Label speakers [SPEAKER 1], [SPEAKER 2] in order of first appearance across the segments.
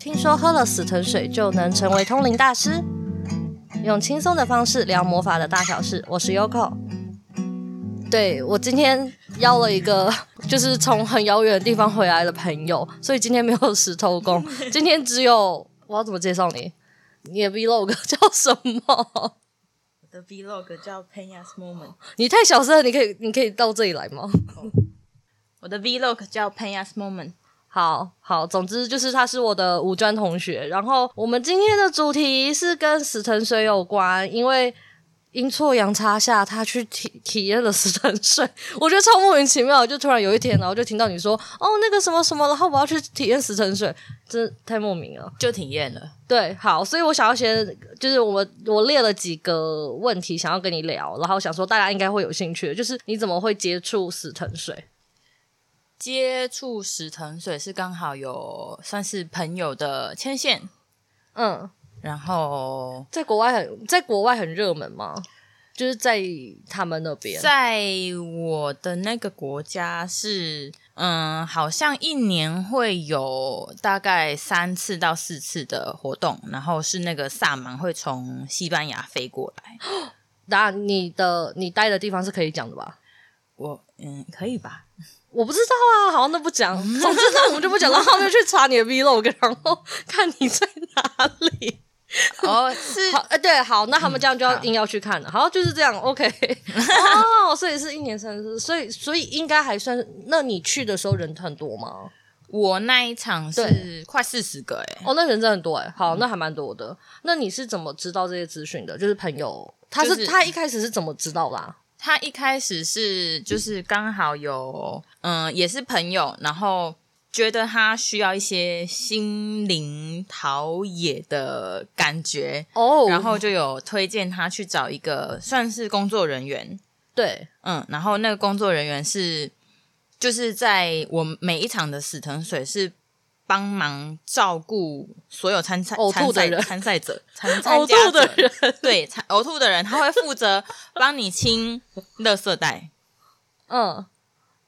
[SPEAKER 1] 听说喝了死藤水就能成为通灵大师，用轻松的方式聊魔法的大小事。我是 Yoko。对我今天邀了一个，就是从很遥远的地方回来的朋友，所以今天没有石头公，今天只有我要怎么介绍你？你的 vlog 叫什么？
[SPEAKER 2] 我的 vlog 叫 Penya's Moment，
[SPEAKER 1] 你太小声了，你可以你可以到这里来吗？
[SPEAKER 2] 我的 vlog 叫 Penya's Moment。
[SPEAKER 1] 好好，总之就是他是我的五专同学。然后我们今天的主题是跟死藤水有关，因为阴错阳差下，他去体体验了死藤水，我觉得超莫名其妙。就突然有一天，然后就听到你说哦那个什么什么，然后我要去体验死藤水，真的太莫名了。
[SPEAKER 3] 就体验了。
[SPEAKER 1] 对，好，所以我想要先就是我我列了几个问题想要跟你聊，然后想说大家应该会有兴趣的，就是你怎么会接触死藤水？
[SPEAKER 3] 接触石藤水是刚好有算是朋友的牵线，
[SPEAKER 1] 嗯，
[SPEAKER 3] 然后
[SPEAKER 1] 在国外很在国外很热门吗？就是在他们那边，
[SPEAKER 3] 在我的那个国家是，嗯，好像一年会有大概三次到四次的活动，然后是那个萨满会从西班牙飞过来。
[SPEAKER 1] 那你的你待的地方是可以讲的吧？
[SPEAKER 3] 我嗯，可 以吧？
[SPEAKER 1] 我不知道啊，好像都不 讲。总之呢，我们就不讲，然后他们就去查你的 vlog，然后看你在哪里。
[SPEAKER 3] 哦，是
[SPEAKER 1] 好，呃，对，好，那他们这样就要
[SPEAKER 3] 好
[SPEAKER 1] 硬要去看了。好，就是这样，OK。哦，所以是一年三次，所以所以应该还算。那你去的时候人很多吗？
[SPEAKER 3] 我那一场
[SPEAKER 1] 对
[SPEAKER 3] 是快四十个哎、
[SPEAKER 1] 哦，那人真的很多哎、好，那还蛮多的。那你是怎么知道这些资讯的？就是朋友，他是、
[SPEAKER 3] 就是
[SPEAKER 1] 他一开始是怎么知道啦、啊
[SPEAKER 3] 他一开始是就是刚好有嗯、也是朋友，然后觉得他需要一些心灵陶冶的感觉，
[SPEAKER 1] 哦
[SPEAKER 3] 然后就有推荐他去找一个算是工作人员，
[SPEAKER 1] 对，
[SPEAKER 3] 嗯，然后那个工作人员是就是在我每一场的死藤水是。帮忙照顾所有参赛
[SPEAKER 1] 呕
[SPEAKER 3] 参
[SPEAKER 1] 吐的
[SPEAKER 3] 赛
[SPEAKER 1] 人
[SPEAKER 3] 参赛者、 参参
[SPEAKER 1] 呕
[SPEAKER 3] 加
[SPEAKER 1] 吐的
[SPEAKER 3] 者
[SPEAKER 1] 人，
[SPEAKER 3] 对参呕吐的人，他会负责帮你清垃圾袋，
[SPEAKER 1] 嗯，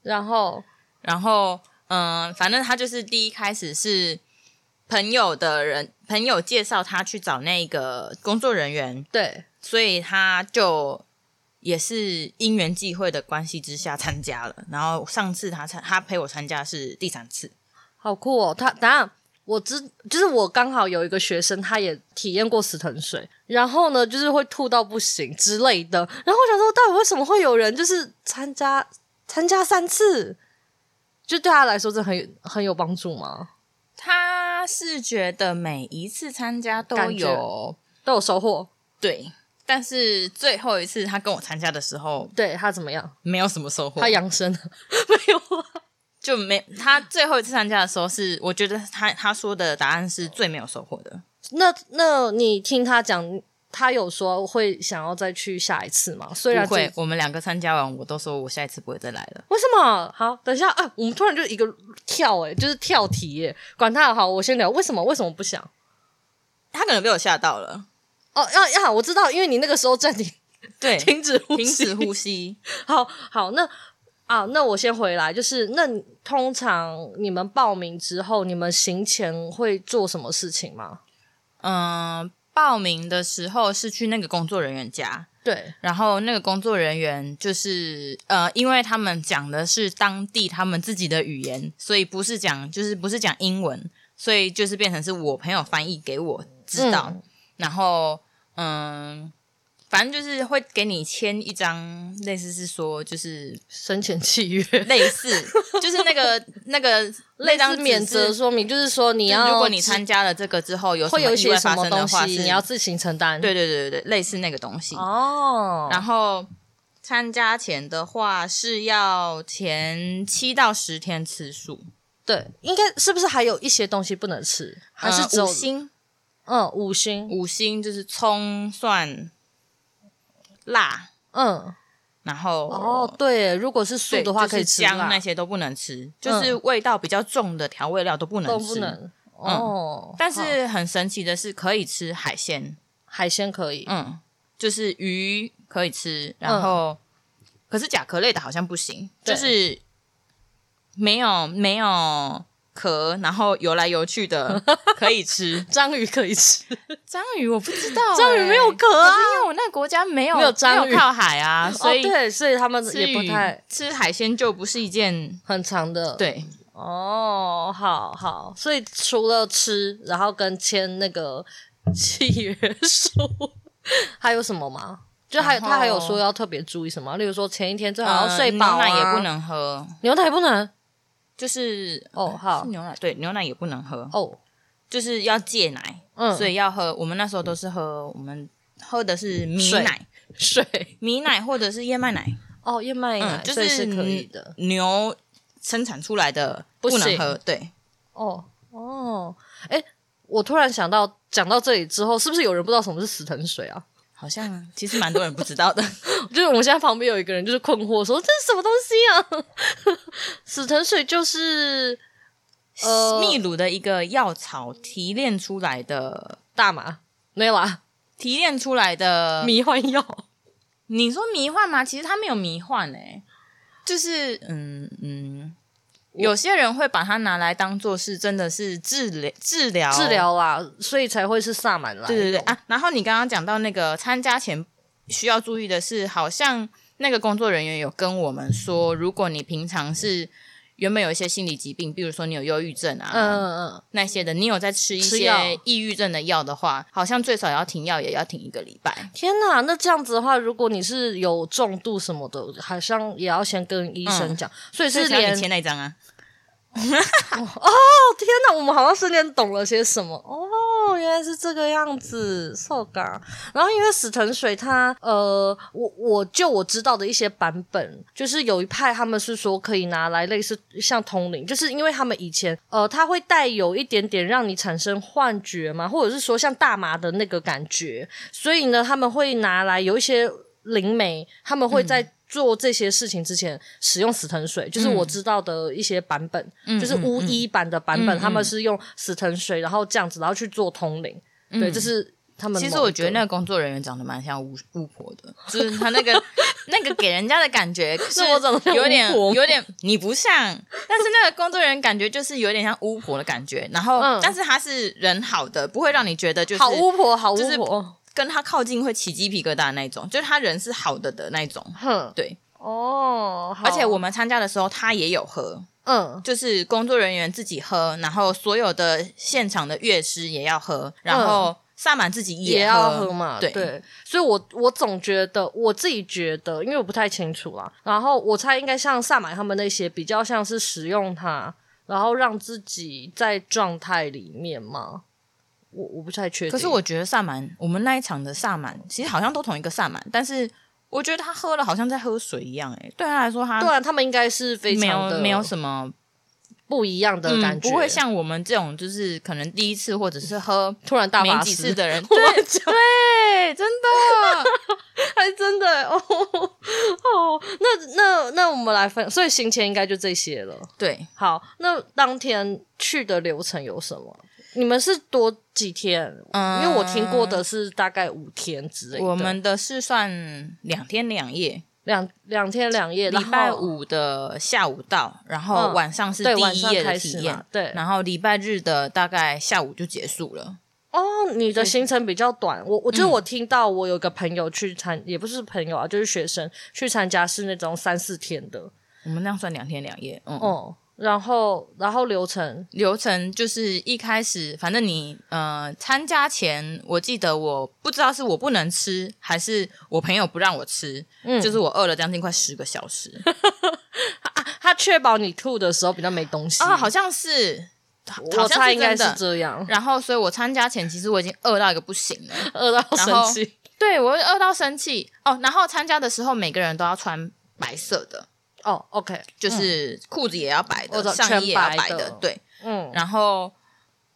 [SPEAKER 1] 然后
[SPEAKER 3] 然后，嗯、反正他就是第一开始是朋友的人，朋友介绍他去找那个工作人员，
[SPEAKER 1] 对，
[SPEAKER 3] 所以他就也是因缘际会的关系之下参加了。然后上次他参，他陪我参加是第三次，
[SPEAKER 1] 好酷哦。他等下我知，就是我刚好有一个学生，他也体验过死藤水，然后呢，就是会吐到不行之类的。然后我想说，到底为什么会有人就是参加参加三次？就对他来说，这很有很有帮助吗？
[SPEAKER 3] 他是觉得每一次参加都
[SPEAKER 1] 感
[SPEAKER 3] 有
[SPEAKER 1] 都有收获。
[SPEAKER 3] 对。但是最后一次他跟我参加的时候，
[SPEAKER 1] 对他怎么样？
[SPEAKER 3] 没有什么收获。
[SPEAKER 1] 他养生了没有啊？
[SPEAKER 3] 就没他最后一次参加的时候是，我觉得他他说的答案是最没有收获的。
[SPEAKER 1] 那那你听他讲，他有说会想要再去下一次吗？虽然
[SPEAKER 3] 不会
[SPEAKER 1] 这，
[SPEAKER 3] 我们两个参加完，我都说我下一次不会再来了。
[SPEAKER 1] 为什么？好，等一下啊，我们突然就一个跳、欸，就是跳题、耶，管他的好，我先聊为什么为什么不想？
[SPEAKER 3] 他可能被我吓到了，
[SPEAKER 1] 哦，要要，我知道，因为你那个时候暂停
[SPEAKER 3] 对，
[SPEAKER 1] 停止呼吸，
[SPEAKER 3] 停止呼吸。
[SPEAKER 1] 好好，那啊，那我先回来，就是那你通常你们报名之后，你们行前会做什么事情吗？
[SPEAKER 3] 嗯、报名的时候是去那个工作人员家，
[SPEAKER 1] 对，
[SPEAKER 3] 然后那个工作人员就是呃，因为他们讲的是当地他们自己的语言，所以不是讲就是不是讲英文，所以就是变成是我朋友翻译给我知道。
[SPEAKER 1] 嗯
[SPEAKER 3] 然后嗯，反正就是会给你签一张，类似是说就是
[SPEAKER 1] 生前契约。
[SPEAKER 3] 类似，就是那个那个那
[SPEAKER 1] 类
[SPEAKER 3] 张
[SPEAKER 1] 似
[SPEAKER 3] 纸
[SPEAKER 1] 免责
[SPEAKER 3] 是
[SPEAKER 1] 说明，就是说你
[SPEAKER 3] 就是
[SPEAKER 1] 要
[SPEAKER 3] 如果你
[SPEAKER 1] 自
[SPEAKER 3] 参加了这个之后有
[SPEAKER 1] 会有一
[SPEAKER 3] 意
[SPEAKER 1] 些
[SPEAKER 3] 外
[SPEAKER 1] 什
[SPEAKER 3] 发
[SPEAKER 1] 么
[SPEAKER 3] 生
[SPEAKER 1] 东
[SPEAKER 3] 的话
[SPEAKER 1] 西，
[SPEAKER 3] 是，
[SPEAKER 1] 你要自行承担。
[SPEAKER 3] 对对对对对，类似那个东西。
[SPEAKER 1] 哦，
[SPEAKER 3] 然后参加前的话是要前七到十天吃素，
[SPEAKER 1] 对，应该是不是还有一些东西不能吃？还是
[SPEAKER 3] 呃
[SPEAKER 1] 只有
[SPEAKER 3] 五星？
[SPEAKER 1] 嗯五星
[SPEAKER 3] 五星就是葱蒜辣，
[SPEAKER 1] 嗯
[SPEAKER 3] 然后
[SPEAKER 1] 哦对耶，如果是素
[SPEAKER 3] 哦对
[SPEAKER 1] 的话
[SPEAKER 3] 就是
[SPEAKER 1] 可以吃
[SPEAKER 3] 姜
[SPEAKER 1] 辣嗯
[SPEAKER 3] 那些都不能吃，就是味道比较重的调味料都不能
[SPEAKER 1] 都
[SPEAKER 3] 吃。嗯
[SPEAKER 1] 不能哦。
[SPEAKER 3] 但
[SPEAKER 1] 好
[SPEAKER 3] 是很神奇的是，可以吃海鲜，
[SPEAKER 1] 海鲜可以
[SPEAKER 3] 嗯，就是鱼可以吃，然后、可是甲壳类的好像不行，
[SPEAKER 1] 对
[SPEAKER 3] 就是没有没有壳，然后游来游去的可以吃。
[SPEAKER 1] 章鱼可以吃，
[SPEAKER 3] 章鱼我不知 道、
[SPEAKER 1] 章鱼没有
[SPEAKER 3] 欸
[SPEAKER 1] 壳啊
[SPEAKER 3] 可是因为我那个国家没有
[SPEAKER 1] 没有章鱼
[SPEAKER 3] 靠海啊，所以
[SPEAKER 1] 哦、对，所以他们
[SPEAKER 3] 吃
[SPEAKER 1] 也不
[SPEAKER 3] 鱼
[SPEAKER 1] 太
[SPEAKER 3] 吃海鲜就不是一件
[SPEAKER 1] 很长的。，
[SPEAKER 3] 对
[SPEAKER 1] 哦，好好，所以除了吃，然后跟签那个契约书，还有什么吗？就还有
[SPEAKER 3] 然
[SPEAKER 1] 他还有
[SPEAKER 3] 后
[SPEAKER 1] 说要特别注意什么，例如说前一天最好
[SPEAKER 3] 然
[SPEAKER 1] 要
[SPEAKER 3] 后
[SPEAKER 1] 睡饱、啊
[SPEAKER 3] 呃牛奶也不，能喝，
[SPEAKER 1] 牛奶也不能
[SPEAKER 3] 就是
[SPEAKER 1] 哦，好
[SPEAKER 3] 是牛奶对牛奶也不能喝，
[SPEAKER 1] 哦，
[SPEAKER 3] 就是要戒奶，
[SPEAKER 1] 嗯，
[SPEAKER 3] 所以要喝。我们那时候都是喝我们喝的是米
[SPEAKER 1] 水
[SPEAKER 3] 奶，
[SPEAKER 1] 水
[SPEAKER 3] 米奶或者是燕麦奶，
[SPEAKER 1] 哦，燕麦奶、
[SPEAKER 3] 嗯，就
[SPEAKER 1] 所以
[SPEAKER 3] 是
[SPEAKER 1] 是可以的
[SPEAKER 3] 牛生产出来的
[SPEAKER 1] 不
[SPEAKER 3] 不能
[SPEAKER 1] 行
[SPEAKER 3] 喝，对，
[SPEAKER 1] 哦哦，哎、我突然想到，讲到这里之后，是不是有人不知道什么是死藤水啊？
[SPEAKER 3] 好像其实蛮多人不知道 的。
[SPEAKER 1] 就是我们现在旁边有一个人就是困惑说这是什么东西啊？ 死藤水就是呃
[SPEAKER 3] 秘鲁的一个药草提炼出来的，
[SPEAKER 1] 大麻没
[SPEAKER 3] 啊
[SPEAKER 1] 啦，
[SPEAKER 3] 提炼出来的，
[SPEAKER 1] 迷幻药。
[SPEAKER 3] 你说迷幻吗？其实它没有迷幻诶、就是嗯嗯，有些人会把它拿来当做是真的是治疗治疗
[SPEAKER 1] 治。疗啦，所以才会是萨满来。
[SPEAKER 3] 对对对，啊！然后你刚刚讲到那个参加前需要注意的是，好像那个工作人员有跟我们说，如果你平常是原本有一些心理疾病，比如说你有忧郁症啊，
[SPEAKER 1] 嗯嗯
[SPEAKER 3] 那些的，你有在吃一
[SPEAKER 1] 吃药
[SPEAKER 3] 些抑郁症的药的话，好像最少要停药，也要停一个礼拜
[SPEAKER 1] 嗯，。天哪！那这样子的话，如果你是有重度什么的，好像也要先跟医生讲。所以
[SPEAKER 3] 嗯所
[SPEAKER 1] 是
[SPEAKER 3] 以才要
[SPEAKER 1] 连
[SPEAKER 3] 你签那一张啊，
[SPEAKER 1] 哦天哪，我们好像瞬间懂了些什么哦，原来是这个样子，受感。然后因为死藤水它呃，我我就我知道的一些版本，就是有一派他们是说可以拿来类似像通灵，就是因为他们以前呃，它会带有一点点让你产生幻觉嘛，或者是说像大麻的那个感觉，所以呢，他们会拿来有一些灵媒，他们会
[SPEAKER 3] 嗯
[SPEAKER 1] 在。做这些事情之前，使用死藤水，就是我知道的一些版本，
[SPEAKER 3] 嗯
[SPEAKER 1] 就是巫医版的版本，他们是用死藤水，然后这样子，然后去做通灵。对，这是他们某一
[SPEAKER 3] 其
[SPEAKER 1] 个。
[SPEAKER 3] 实我觉得那个工作人员长得蛮像巫巫婆的，就是他那个那个给人家的感觉是
[SPEAKER 1] 我长得像
[SPEAKER 3] 有点
[SPEAKER 1] 巫婆吗
[SPEAKER 3] 有点你不像，但是那个工作人员感觉就是有点像巫婆的感觉，然后、
[SPEAKER 1] 嗯
[SPEAKER 3] 但是他是人好的，不会让你觉得就是
[SPEAKER 1] 好巫婆，好巫
[SPEAKER 3] 就是
[SPEAKER 1] 婆，
[SPEAKER 3] 跟他靠近会起鸡皮疙瘩的那种，就是他人是好的的那种，
[SPEAKER 1] 哼，
[SPEAKER 3] 对。
[SPEAKER 1] 哦，好
[SPEAKER 3] 而且我们参加的时候，他也有喝，
[SPEAKER 1] 嗯
[SPEAKER 3] 就是工作人员自己喝，然后所有的现场的乐师也要喝，然后萨满自己
[SPEAKER 1] 嗯也
[SPEAKER 3] 喝
[SPEAKER 1] 要喝嘛，
[SPEAKER 3] 对，
[SPEAKER 1] 所以我我总觉得我自己觉得，因为我不太清楚啦，然后我猜应该像萨满他们那些比较像是使用它，然后让自己在状态里面嘛，我我不太确定。
[SPEAKER 3] 可是我觉得萨满，我们那一场的萨满其实好像都同一个萨满，但是我觉得他喝了好像在喝水一样、哎，对他来说他
[SPEAKER 1] 对啊，他们应该是非
[SPEAKER 3] 没
[SPEAKER 1] 常
[SPEAKER 3] 有
[SPEAKER 1] 的
[SPEAKER 3] 没有什么
[SPEAKER 1] 不一样的感
[SPEAKER 3] 嗯
[SPEAKER 1] 觉，
[SPEAKER 3] 不会像我们这种就是可能第一次或者是喝
[SPEAKER 1] 突然大
[SPEAKER 3] 没
[SPEAKER 1] 把
[SPEAKER 3] 几次
[SPEAKER 1] 次，
[SPEAKER 3] 的人，
[SPEAKER 1] 我
[SPEAKER 3] 对
[SPEAKER 1] 讲
[SPEAKER 3] 对，真的。
[SPEAKER 1] 还真的哦哦，那那那我们来分，所以行前应该就这些了。
[SPEAKER 3] 对，
[SPEAKER 1] 好，那当天去的流程有什么？你们是多几天？
[SPEAKER 3] 嗯
[SPEAKER 1] 因为我听过的是大概五天之类的。
[SPEAKER 3] 我们的是算两天两夜，
[SPEAKER 1] 两两天两夜，
[SPEAKER 3] 礼拜
[SPEAKER 1] 然后
[SPEAKER 3] 五的下午到，然后
[SPEAKER 1] 嗯
[SPEAKER 3] 晚上是
[SPEAKER 1] 对
[SPEAKER 3] 第
[SPEAKER 1] 晚
[SPEAKER 3] 一
[SPEAKER 1] 上
[SPEAKER 3] 夜的
[SPEAKER 1] 开
[SPEAKER 3] 体
[SPEAKER 1] 始
[SPEAKER 3] 验
[SPEAKER 1] 嘛，，对。
[SPEAKER 3] 然后礼拜日的大概下午就结束了。
[SPEAKER 1] 哦，你的行程比较短。我我就是
[SPEAKER 3] 嗯
[SPEAKER 1] 我听到我有个朋友去参，也不是朋友啊，就是学生去参加是那种三四天的。
[SPEAKER 3] 我们那样算两天两夜，嗯，
[SPEAKER 1] 哦、然后然后流程，
[SPEAKER 3] 流程就是一开始，反正你呃参加前，我记得我不知道是我不能吃，还是我朋友不让我吃，
[SPEAKER 1] 嗯，
[SPEAKER 3] 就是我饿了将近快十个小时
[SPEAKER 1] 他确保你吐的时候比较没东西
[SPEAKER 3] 啊，好像是，好
[SPEAKER 1] 我
[SPEAKER 3] 好像
[SPEAKER 1] 猜
[SPEAKER 3] 是
[SPEAKER 1] 应该
[SPEAKER 3] 真
[SPEAKER 1] 是
[SPEAKER 3] 的。
[SPEAKER 1] 这样，
[SPEAKER 3] 然后，所以我参加前其实我已经饿到一个不行了，
[SPEAKER 1] 饿到
[SPEAKER 3] 然
[SPEAKER 1] 生
[SPEAKER 3] 后
[SPEAKER 1] 气。
[SPEAKER 3] 对我饿到生气哦。然后参加的时候，每个人都要穿白色的，
[SPEAKER 1] 哦，OK，
[SPEAKER 3] 就是裤子也要白的，
[SPEAKER 1] 我知道
[SPEAKER 3] 上衣也要
[SPEAKER 1] 全
[SPEAKER 3] 白
[SPEAKER 1] 白的
[SPEAKER 3] 的，对。
[SPEAKER 1] 嗯，
[SPEAKER 3] 然后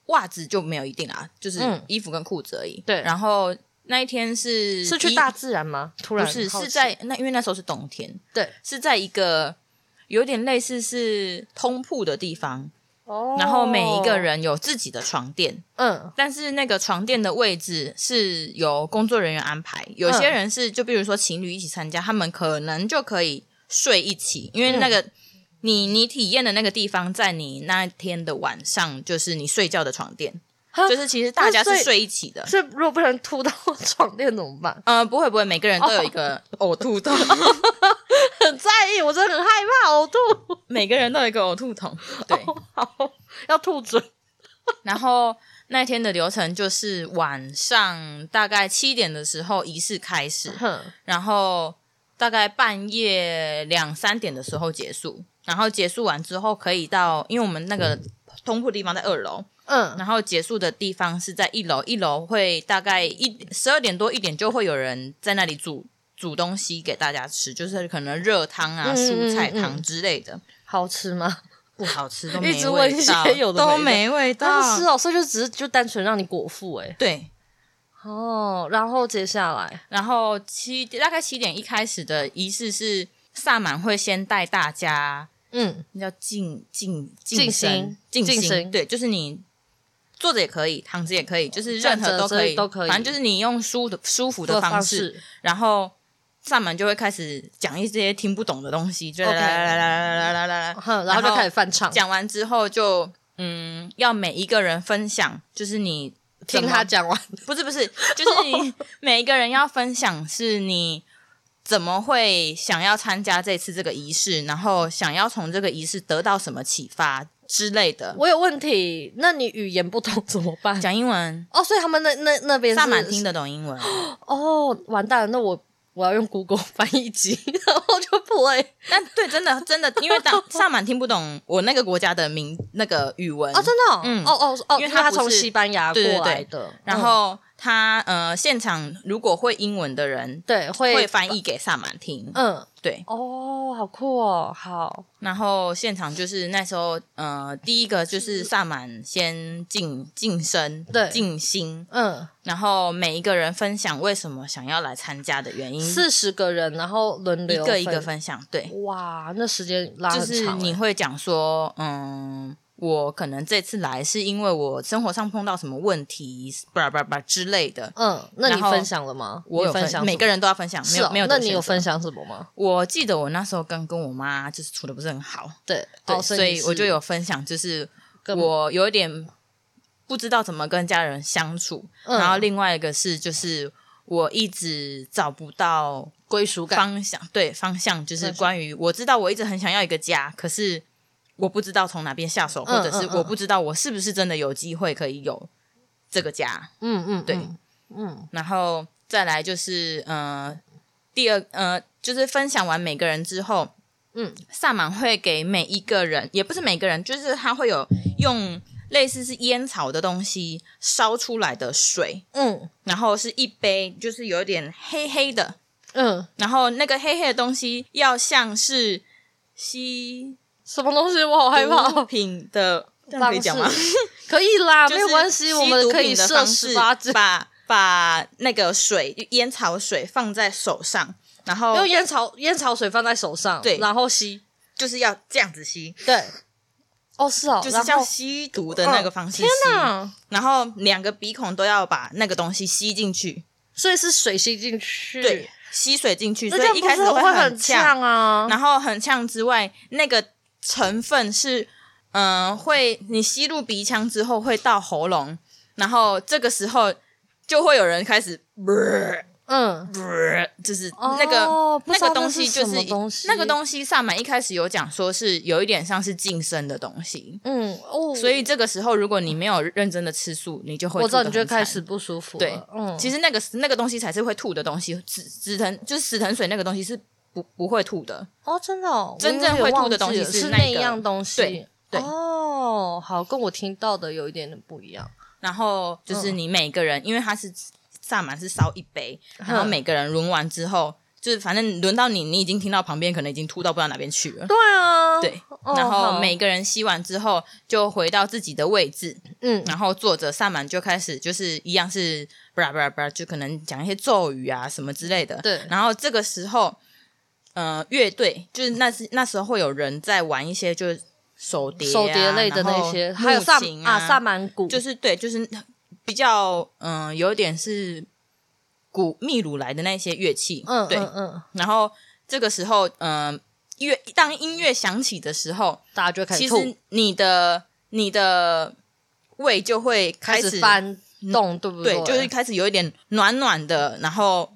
[SPEAKER 3] 袜子就没有一定啦，就是
[SPEAKER 1] 嗯
[SPEAKER 3] 衣服跟裤子而已。
[SPEAKER 1] 对
[SPEAKER 3] 然后那一天是
[SPEAKER 1] 是去
[SPEAKER 3] 一
[SPEAKER 1] 大自然吗？突
[SPEAKER 3] 不
[SPEAKER 1] 然
[SPEAKER 3] 是
[SPEAKER 1] 好
[SPEAKER 3] 是
[SPEAKER 1] 奇
[SPEAKER 3] 在那，因为那时候是冬天，
[SPEAKER 1] 对，
[SPEAKER 3] 是在一个有点类似是通铺的地方，
[SPEAKER 1] 哦
[SPEAKER 3] 然后每一个人有自己的床垫，
[SPEAKER 1] 嗯
[SPEAKER 3] 但是那个床垫的位置是由工作人员安排，有些人是就比如说情侣一起参加，他们可能就可以睡一起，因为那个。嗯你你体验的那个地方，在你那天的晚上，就是你睡觉的床垫，
[SPEAKER 1] 哈
[SPEAKER 3] 就是其实大家
[SPEAKER 1] 那睡
[SPEAKER 3] 是睡一起的。
[SPEAKER 1] 所以如果被人吐到床垫怎么办？
[SPEAKER 3] 啊呃，不会不会，每个人都有一个呕吐 桶，
[SPEAKER 1] 很在意，我真的很害怕呕吐，
[SPEAKER 3] 每个人都有一个呕吐桶。对，
[SPEAKER 1] 好要吐准。
[SPEAKER 3] 然后那天的流程就是晚上大概七点的时候仪式开始，
[SPEAKER 1] 哼，
[SPEAKER 3] 然后大概半夜两三点的时候结束，然后结束完之后可以到，因为我们那个通铺地方在二楼，
[SPEAKER 1] 嗯，
[SPEAKER 3] 然后结束的地方是在一楼，一楼会大概一十二点多一点就会有人在那里煮煮东西给大家吃，就是可能热汤啊、
[SPEAKER 1] 嗯
[SPEAKER 3] 蔬菜
[SPEAKER 1] 嗯
[SPEAKER 3] 汤
[SPEAKER 1] 嗯
[SPEAKER 3] 之类的，
[SPEAKER 1] 好吃吗？
[SPEAKER 3] 不好吃都
[SPEAKER 1] 一
[SPEAKER 3] 没
[SPEAKER 1] 直问
[SPEAKER 3] 味
[SPEAKER 1] 一
[SPEAKER 3] 道，
[SPEAKER 1] 些有的
[SPEAKER 3] 都
[SPEAKER 1] 没
[SPEAKER 3] 没味
[SPEAKER 1] 啊，
[SPEAKER 3] 道，
[SPEAKER 1] 是哦，所以就只是就单纯让你果腹哎、
[SPEAKER 3] 对。
[SPEAKER 1] 哦，然后接下来，
[SPEAKER 3] 然后七大概七点一开始的仪式是萨满会先带大家
[SPEAKER 1] 嗯，
[SPEAKER 3] 那叫静静
[SPEAKER 1] 静
[SPEAKER 3] 心
[SPEAKER 1] 心
[SPEAKER 3] 静
[SPEAKER 1] 静心
[SPEAKER 3] 对，就是你坐着也可以，躺着也可以，就是
[SPEAKER 1] 站
[SPEAKER 3] 任何
[SPEAKER 1] 着
[SPEAKER 3] 都可
[SPEAKER 1] 这
[SPEAKER 3] 以，
[SPEAKER 1] 都可以
[SPEAKER 3] 反正就是你用舒的舒服
[SPEAKER 1] 这
[SPEAKER 3] 的
[SPEAKER 1] 个
[SPEAKER 3] 方式，然后萨满就会开始讲一些听不懂的东西，就来
[SPEAKER 1] OK
[SPEAKER 3] 来来来来来来来，
[SPEAKER 1] 嗯哼，然后就开始翻唱，
[SPEAKER 3] 讲完之后就嗯，要每一个人分享，就是你
[SPEAKER 1] 听
[SPEAKER 3] 怎么
[SPEAKER 1] 他讲完，
[SPEAKER 3] 不是不是，就是你每一个人要分享是你怎么会想要参加这次这个仪式，然后想要从这个仪式得到什么启发之类的。
[SPEAKER 1] 我有问题，那你语言不通怎么办？
[SPEAKER 3] 讲英文，
[SPEAKER 1] 哦，所以他们那那那边是
[SPEAKER 3] 萨满听得懂英文，
[SPEAKER 1] 哦，完蛋了，那我我要用 Google 翻译机，然后就 play
[SPEAKER 3] 但对，真的真的，因为当萨满听不懂我那个国家的名那个语文
[SPEAKER 1] 哦，真的、哦，
[SPEAKER 3] 嗯
[SPEAKER 1] 哦哦哦，
[SPEAKER 3] 因为他
[SPEAKER 1] 他
[SPEAKER 3] 不
[SPEAKER 1] 从
[SPEAKER 3] 是
[SPEAKER 1] 西班牙过
[SPEAKER 3] 对对
[SPEAKER 1] 来
[SPEAKER 3] 对
[SPEAKER 1] 的，
[SPEAKER 3] 然
[SPEAKER 1] 嗯
[SPEAKER 3] 后他呃现场如果会英文的人
[SPEAKER 1] 对会
[SPEAKER 3] 会翻译给萨满听，
[SPEAKER 1] 嗯，
[SPEAKER 3] 对，
[SPEAKER 1] 哦，好酷哦，好，
[SPEAKER 3] 然后现场就是那时候，呃，第一个就是萨满先静静身，
[SPEAKER 1] 对
[SPEAKER 3] 静心，
[SPEAKER 1] 嗯，
[SPEAKER 3] 然后每一个人分享为什么想要来参加的原因，
[SPEAKER 1] 四十个人，然后轮
[SPEAKER 3] 嗯一
[SPEAKER 1] 流
[SPEAKER 3] 个一个，分享，对，
[SPEAKER 1] 哇，那时间拉
[SPEAKER 3] 就
[SPEAKER 1] 很
[SPEAKER 3] 是
[SPEAKER 1] 长欸，
[SPEAKER 3] 你会讲说，嗯，我可能这次来是因为我生活上碰到什么问题，巴拉巴拉巴拉之类的。
[SPEAKER 1] 嗯，那你
[SPEAKER 3] 然后
[SPEAKER 1] 分享了吗？
[SPEAKER 3] 我
[SPEAKER 1] 你
[SPEAKER 3] 有
[SPEAKER 1] 分享什么，
[SPEAKER 3] 每个人都要分享，没
[SPEAKER 1] 是
[SPEAKER 3] 有、
[SPEAKER 1] 哦
[SPEAKER 3] 没有得
[SPEAKER 1] 那你有
[SPEAKER 3] 选择
[SPEAKER 1] 分享什么吗？
[SPEAKER 3] 我记得我那时候刚跟我妈就是处的不是很好，
[SPEAKER 1] 对，
[SPEAKER 3] 对，
[SPEAKER 1] 哦
[SPEAKER 3] 所以
[SPEAKER 1] 你
[SPEAKER 3] 我就是有分享，就是
[SPEAKER 1] 跟
[SPEAKER 3] 我有一点不知道怎么跟家人相处，
[SPEAKER 1] 嗯
[SPEAKER 3] 然后另外一个是就是我一直找不到
[SPEAKER 1] 归属感，
[SPEAKER 3] 方向，对方向就是
[SPEAKER 1] 方向
[SPEAKER 3] 关于我知道我一直很想要一个家，可是我不知道从哪边下手，或者
[SPEAKER 1] 嗯
[SPEAKER 3] 是
[SPEAKER 1] 嗯
[SPEAKER 3] 我不知道我是不是真的有机会可以有这个家，
[SPEAKER 1] 嗯嗯，
[SPEAKER 3] 对
[SPEAKER 1] 嗯嗯，
[SPEAKER 3] 然后再来就是呃第二呃就是分享完每个人之后，
[SPEAKER 1] 嗯，
[SPEAKER 3] 萨满会给每一个人，也不是每个人，就是他会有用类似是烟草的东西烧出来的水，
[SPEAKER 1] 嗯
[SPEAKER 3] 然后是一杯，就是有点黑黑的，
[SPEAKER 1] 嗯，
[SPEAKER 3] 然后那个黑黑的东西要像是吸
[SPEAKER 1] 什么东西？我好害
[SPEAKER 3] 毒
[SPEAKER 1] 怕。
[SPEAKER 3] 品的，这样可以讲吗
[SPEAKER 1] 方？式 可以啦，啊
[SPEAKER 3] 就
[SPEAKER 1] 没有
[SPEAKER 3] 是
[SPEAKER 1] 关系，
[SPEAKER 3] 吸
[SPEAKER 1] 我们
[SPEAKER 3] 毒
[SPEAKER 1] 可以
[SPEAKER 3] 品的
[SPEAKER 1] 设
[SPEAKER 3] 方
[SPEAKER 1] 十
[SPEAKER 3] 式
[SPEAKER 1] 八支，
[SPEAKER 3] 把把那个水烟草水放在手上，然后
[SPEAKER 1] 用烟草烟草水放在手上，
[SPEAKER 3] 对
[SPEAKER 1] 然后吸，
[SPEAKER 3] 就是要这样子吸，
[SPEAKER 1] 对，哦是哦，
[SPEAKER 3] 就是
[SPEAKER 1] 然
[SPEAKER 3] 像
[SPEAKER 1] 后哦啊
[SPEAKER 3] 吸毒的那个方式吸。
[SPEAKER 1] 天哪，
[SPEAKER 3] 然后两个鼻孔都要把那个东西吸进去，
[SPEAKER 1] 所以是水吸进去，
[SPEAKER 3] 对，，吸水进去，
[SPEAKER 1] 那
[SPEAKER 3] 所
[SPEAKER 1] 这样
[SPEAKER 3] 以一
[SPEAKER 1] 不
[SPEAKER 3] 开始
[SPEAKER 1] 是会
[SPEAKER 3] 很呛，
[SPEAKER 1] 呛啊，
[SPEAKER 3] 然后很呛之外，那个成分是，嗯、会你吸入鼻腔之后会到喉咙，然后这个时候就会有人开始，
[SPEAKER 1] 嗯，
[SPEAKER 3] 就是
[SPEAKER 1] 哦
[SPEAKER 3] 那个、
[SPEAKER 1] 不
[SPEAKER 3] 那
[SPEAKER 1] 知道
[SPEAKER 3] 个东
[SPEAKER 1] 那
[SPEAKER 3] 西
[SPEAKER 1] 是
[SPEAKER 3] 就
[SPEAKER 1] 什么
[SPEAKER 3] 是
[SPEAKER 1] 东西
[SPEAKER 3] 那个东西，萨满一开始有讲说是有一点像是晋升的东西。
[SPEAKER 1] 嗯哦，
[SPEAKER 3] 所以这个时候，如果你没有认真的吃素，你就会
[SPEAKER 1] 我知道
[SPEAKER 3] 吐得
[SPEAKER 1] 你就
[SPEAKER 3] 很
[SPEAKER 1] 开
[SPEAKER 3] 惨
[SPEAKER 1] 始不舒服了，
[SPEAKER 3] 对
[SPEAKER 1] 嗯，
[SPEAKER 3] 其
[SPEAKER 1] 实
[SPEAKER 3] 实那个那个东西才是会吐的东西，紫紫藤就是紫藤水那个东西是不不会吐的。
[SPEAKER 1] 哦真的哦，
[SPEAKER 3] 真正
[SPEAKER 1] 我有点
[SPEAKER 3] 会吐
[SPEAKER 1] 忘记
[SPEAKER 3] 的东西
[SPEAKER 1] 了
[SPEAKER 3] 是
[SPEAKER 1] 是
[SPEAKER 3] 那
[SPEAKER 1] 那一
[SPEAKER 3] 个
[SPEAKER 1] 样东西，
[SPEAKER 3] 对对
[SPEAKER 1] 哦，好，跟我听到的有一点点不一样，
[SPEAKER 3] 然后
[SPEAKER 1] 嗯
[SPEAKER 3] 就是你每个人，因为它是萨满是烧一杯，然
[SPEAKER 1] 嗯
[SPEAKER 3] 后每个人轮完之后，就是反正轮到你，你已经听到旁边可能已经吐到不知道哪边去了。
[SPEAKER 1] 对啊，
[SPEAKER 3] 对，
[SPEAKER 1] 哦
[SPEAKER 3] 然后
[SPEAKER 1] 好
[SPEAKER 3] 每个人吸完之后就回到自己的位置，
[SPEAKER 1] 嗯
[SPEAKER 3] 然后坐着萨满就开始就是一样是布拉布拉布拉，就可能讲一些咒语啊什么之类的。
[SPEAKER 1] 对
[SPEAKER 3] 然后这个时候，呃，乐队就是那时那时候会有人在玩一些就是手碟、啊、
[SPEAKER 1] 手碟类的那些，
[SPEAKER 3] 然后
[SPEAKER 1] 还有萨
[SPEAKER 3] 木琴
[SPEAKER 1] 啊
[SPEAKER 3] 啊
[SPEAKER 1] 萨满鼓，
[SPEAKER 3] 就是对，就是比较嗯、呃有点是古秘鲁来的那些乐器，
[SPEAKER 1] 嗯
[SPEAKER 3] 对。
[SPEAKER 1] 嗯嗯
[SPEAKER 3] 然后这个时候，嗯、乐当音乐响起的时候，
[SPEAKER 1] 大家就会开
[SPEAKER 3] 其
[SPEAKER 1] 始
[SPEAKER 3] 实
[SPEAKER 1] 吐，
[SPEAKER 3] 你的你的胃就会
[SPEAKER 1] 开
[SPEAKER 3] 开
[SPEAKER 1] 始
[SPEAKER 3] 始嗯
[SPEAKER 1] 翻动，对不
[SPEAKER 3] 对，就是开始有一点暖暖的，然后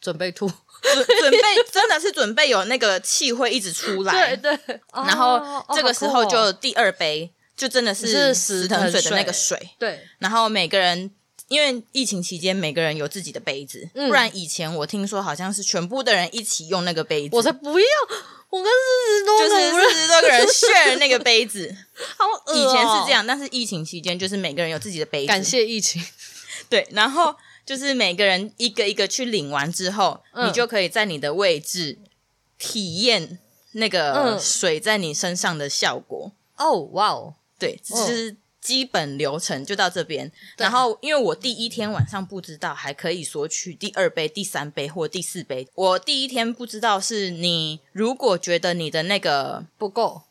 [SPEAKER 1] 准备 吐。
[SPEAKER 3] 准 准备真的是准备有那个气会一直出来，
[SPEAKER 1] 对，哦然
[SPEAKER 3] 然后这个时候就第二杯、就真的
[SPEAKER 1] 是
[SPEAKER 3] 是
[SPEAKER 1] 死
[SPEAKER 3] 石藤水
[SPEAKER 1] 藤
[SPEAKER 3] 的那个
[SPEAKER 1] 水
[SPEAKER 3] 水
[SPEAKER 1] 对，
[SPEAKER 3] 然后每个人因为疫情期间每个人有自己的杯子，
[SPEAKER 1] 嗯
[SPEAKER 3] 不然以前我听说好像是全部的人一起用那个杯子，
[SPEAKER 1] 我才不要，我跟四十多
[SPEAKER 3] 就
[SPEAKER 1] 个
[SPEAKER 3] 是
[SPEAKER 1] 不认
[SPEAKER 3] 四十多 个人 share 那个杯子，
[SPEAKER 1] 好恶哦
[SPEAKER 3] 以前是这，样，但是疫情期间就是每个人有自己的杯子，
[SPEAKER 1] 感谢疫情，
[SPEAKER 3] 对，然后就是每个人一个一个去领完之后，
[SPEAKER 1] 嗯
[SPEAKER 3] 你就可以在你的位置体验那
[SPEAKER 1] 嗯
[SPEAKER 3] 个水在你身上的效果。
[SPEAKER 1] 哦哇哦，
[SPEAKER 3] 对，这
[SPEAKER 1] 哦
[SPEAKER 3] 是基本流程就到这边。
[SPEAKER 1] 对
[SPEAKER 3] 然后，因为我第一天晚上不知道，还可以索取第二杯、第三杯或第四杯。我第一天不知道是你如果觉得你的那个
[SPEAKER 1] 不够，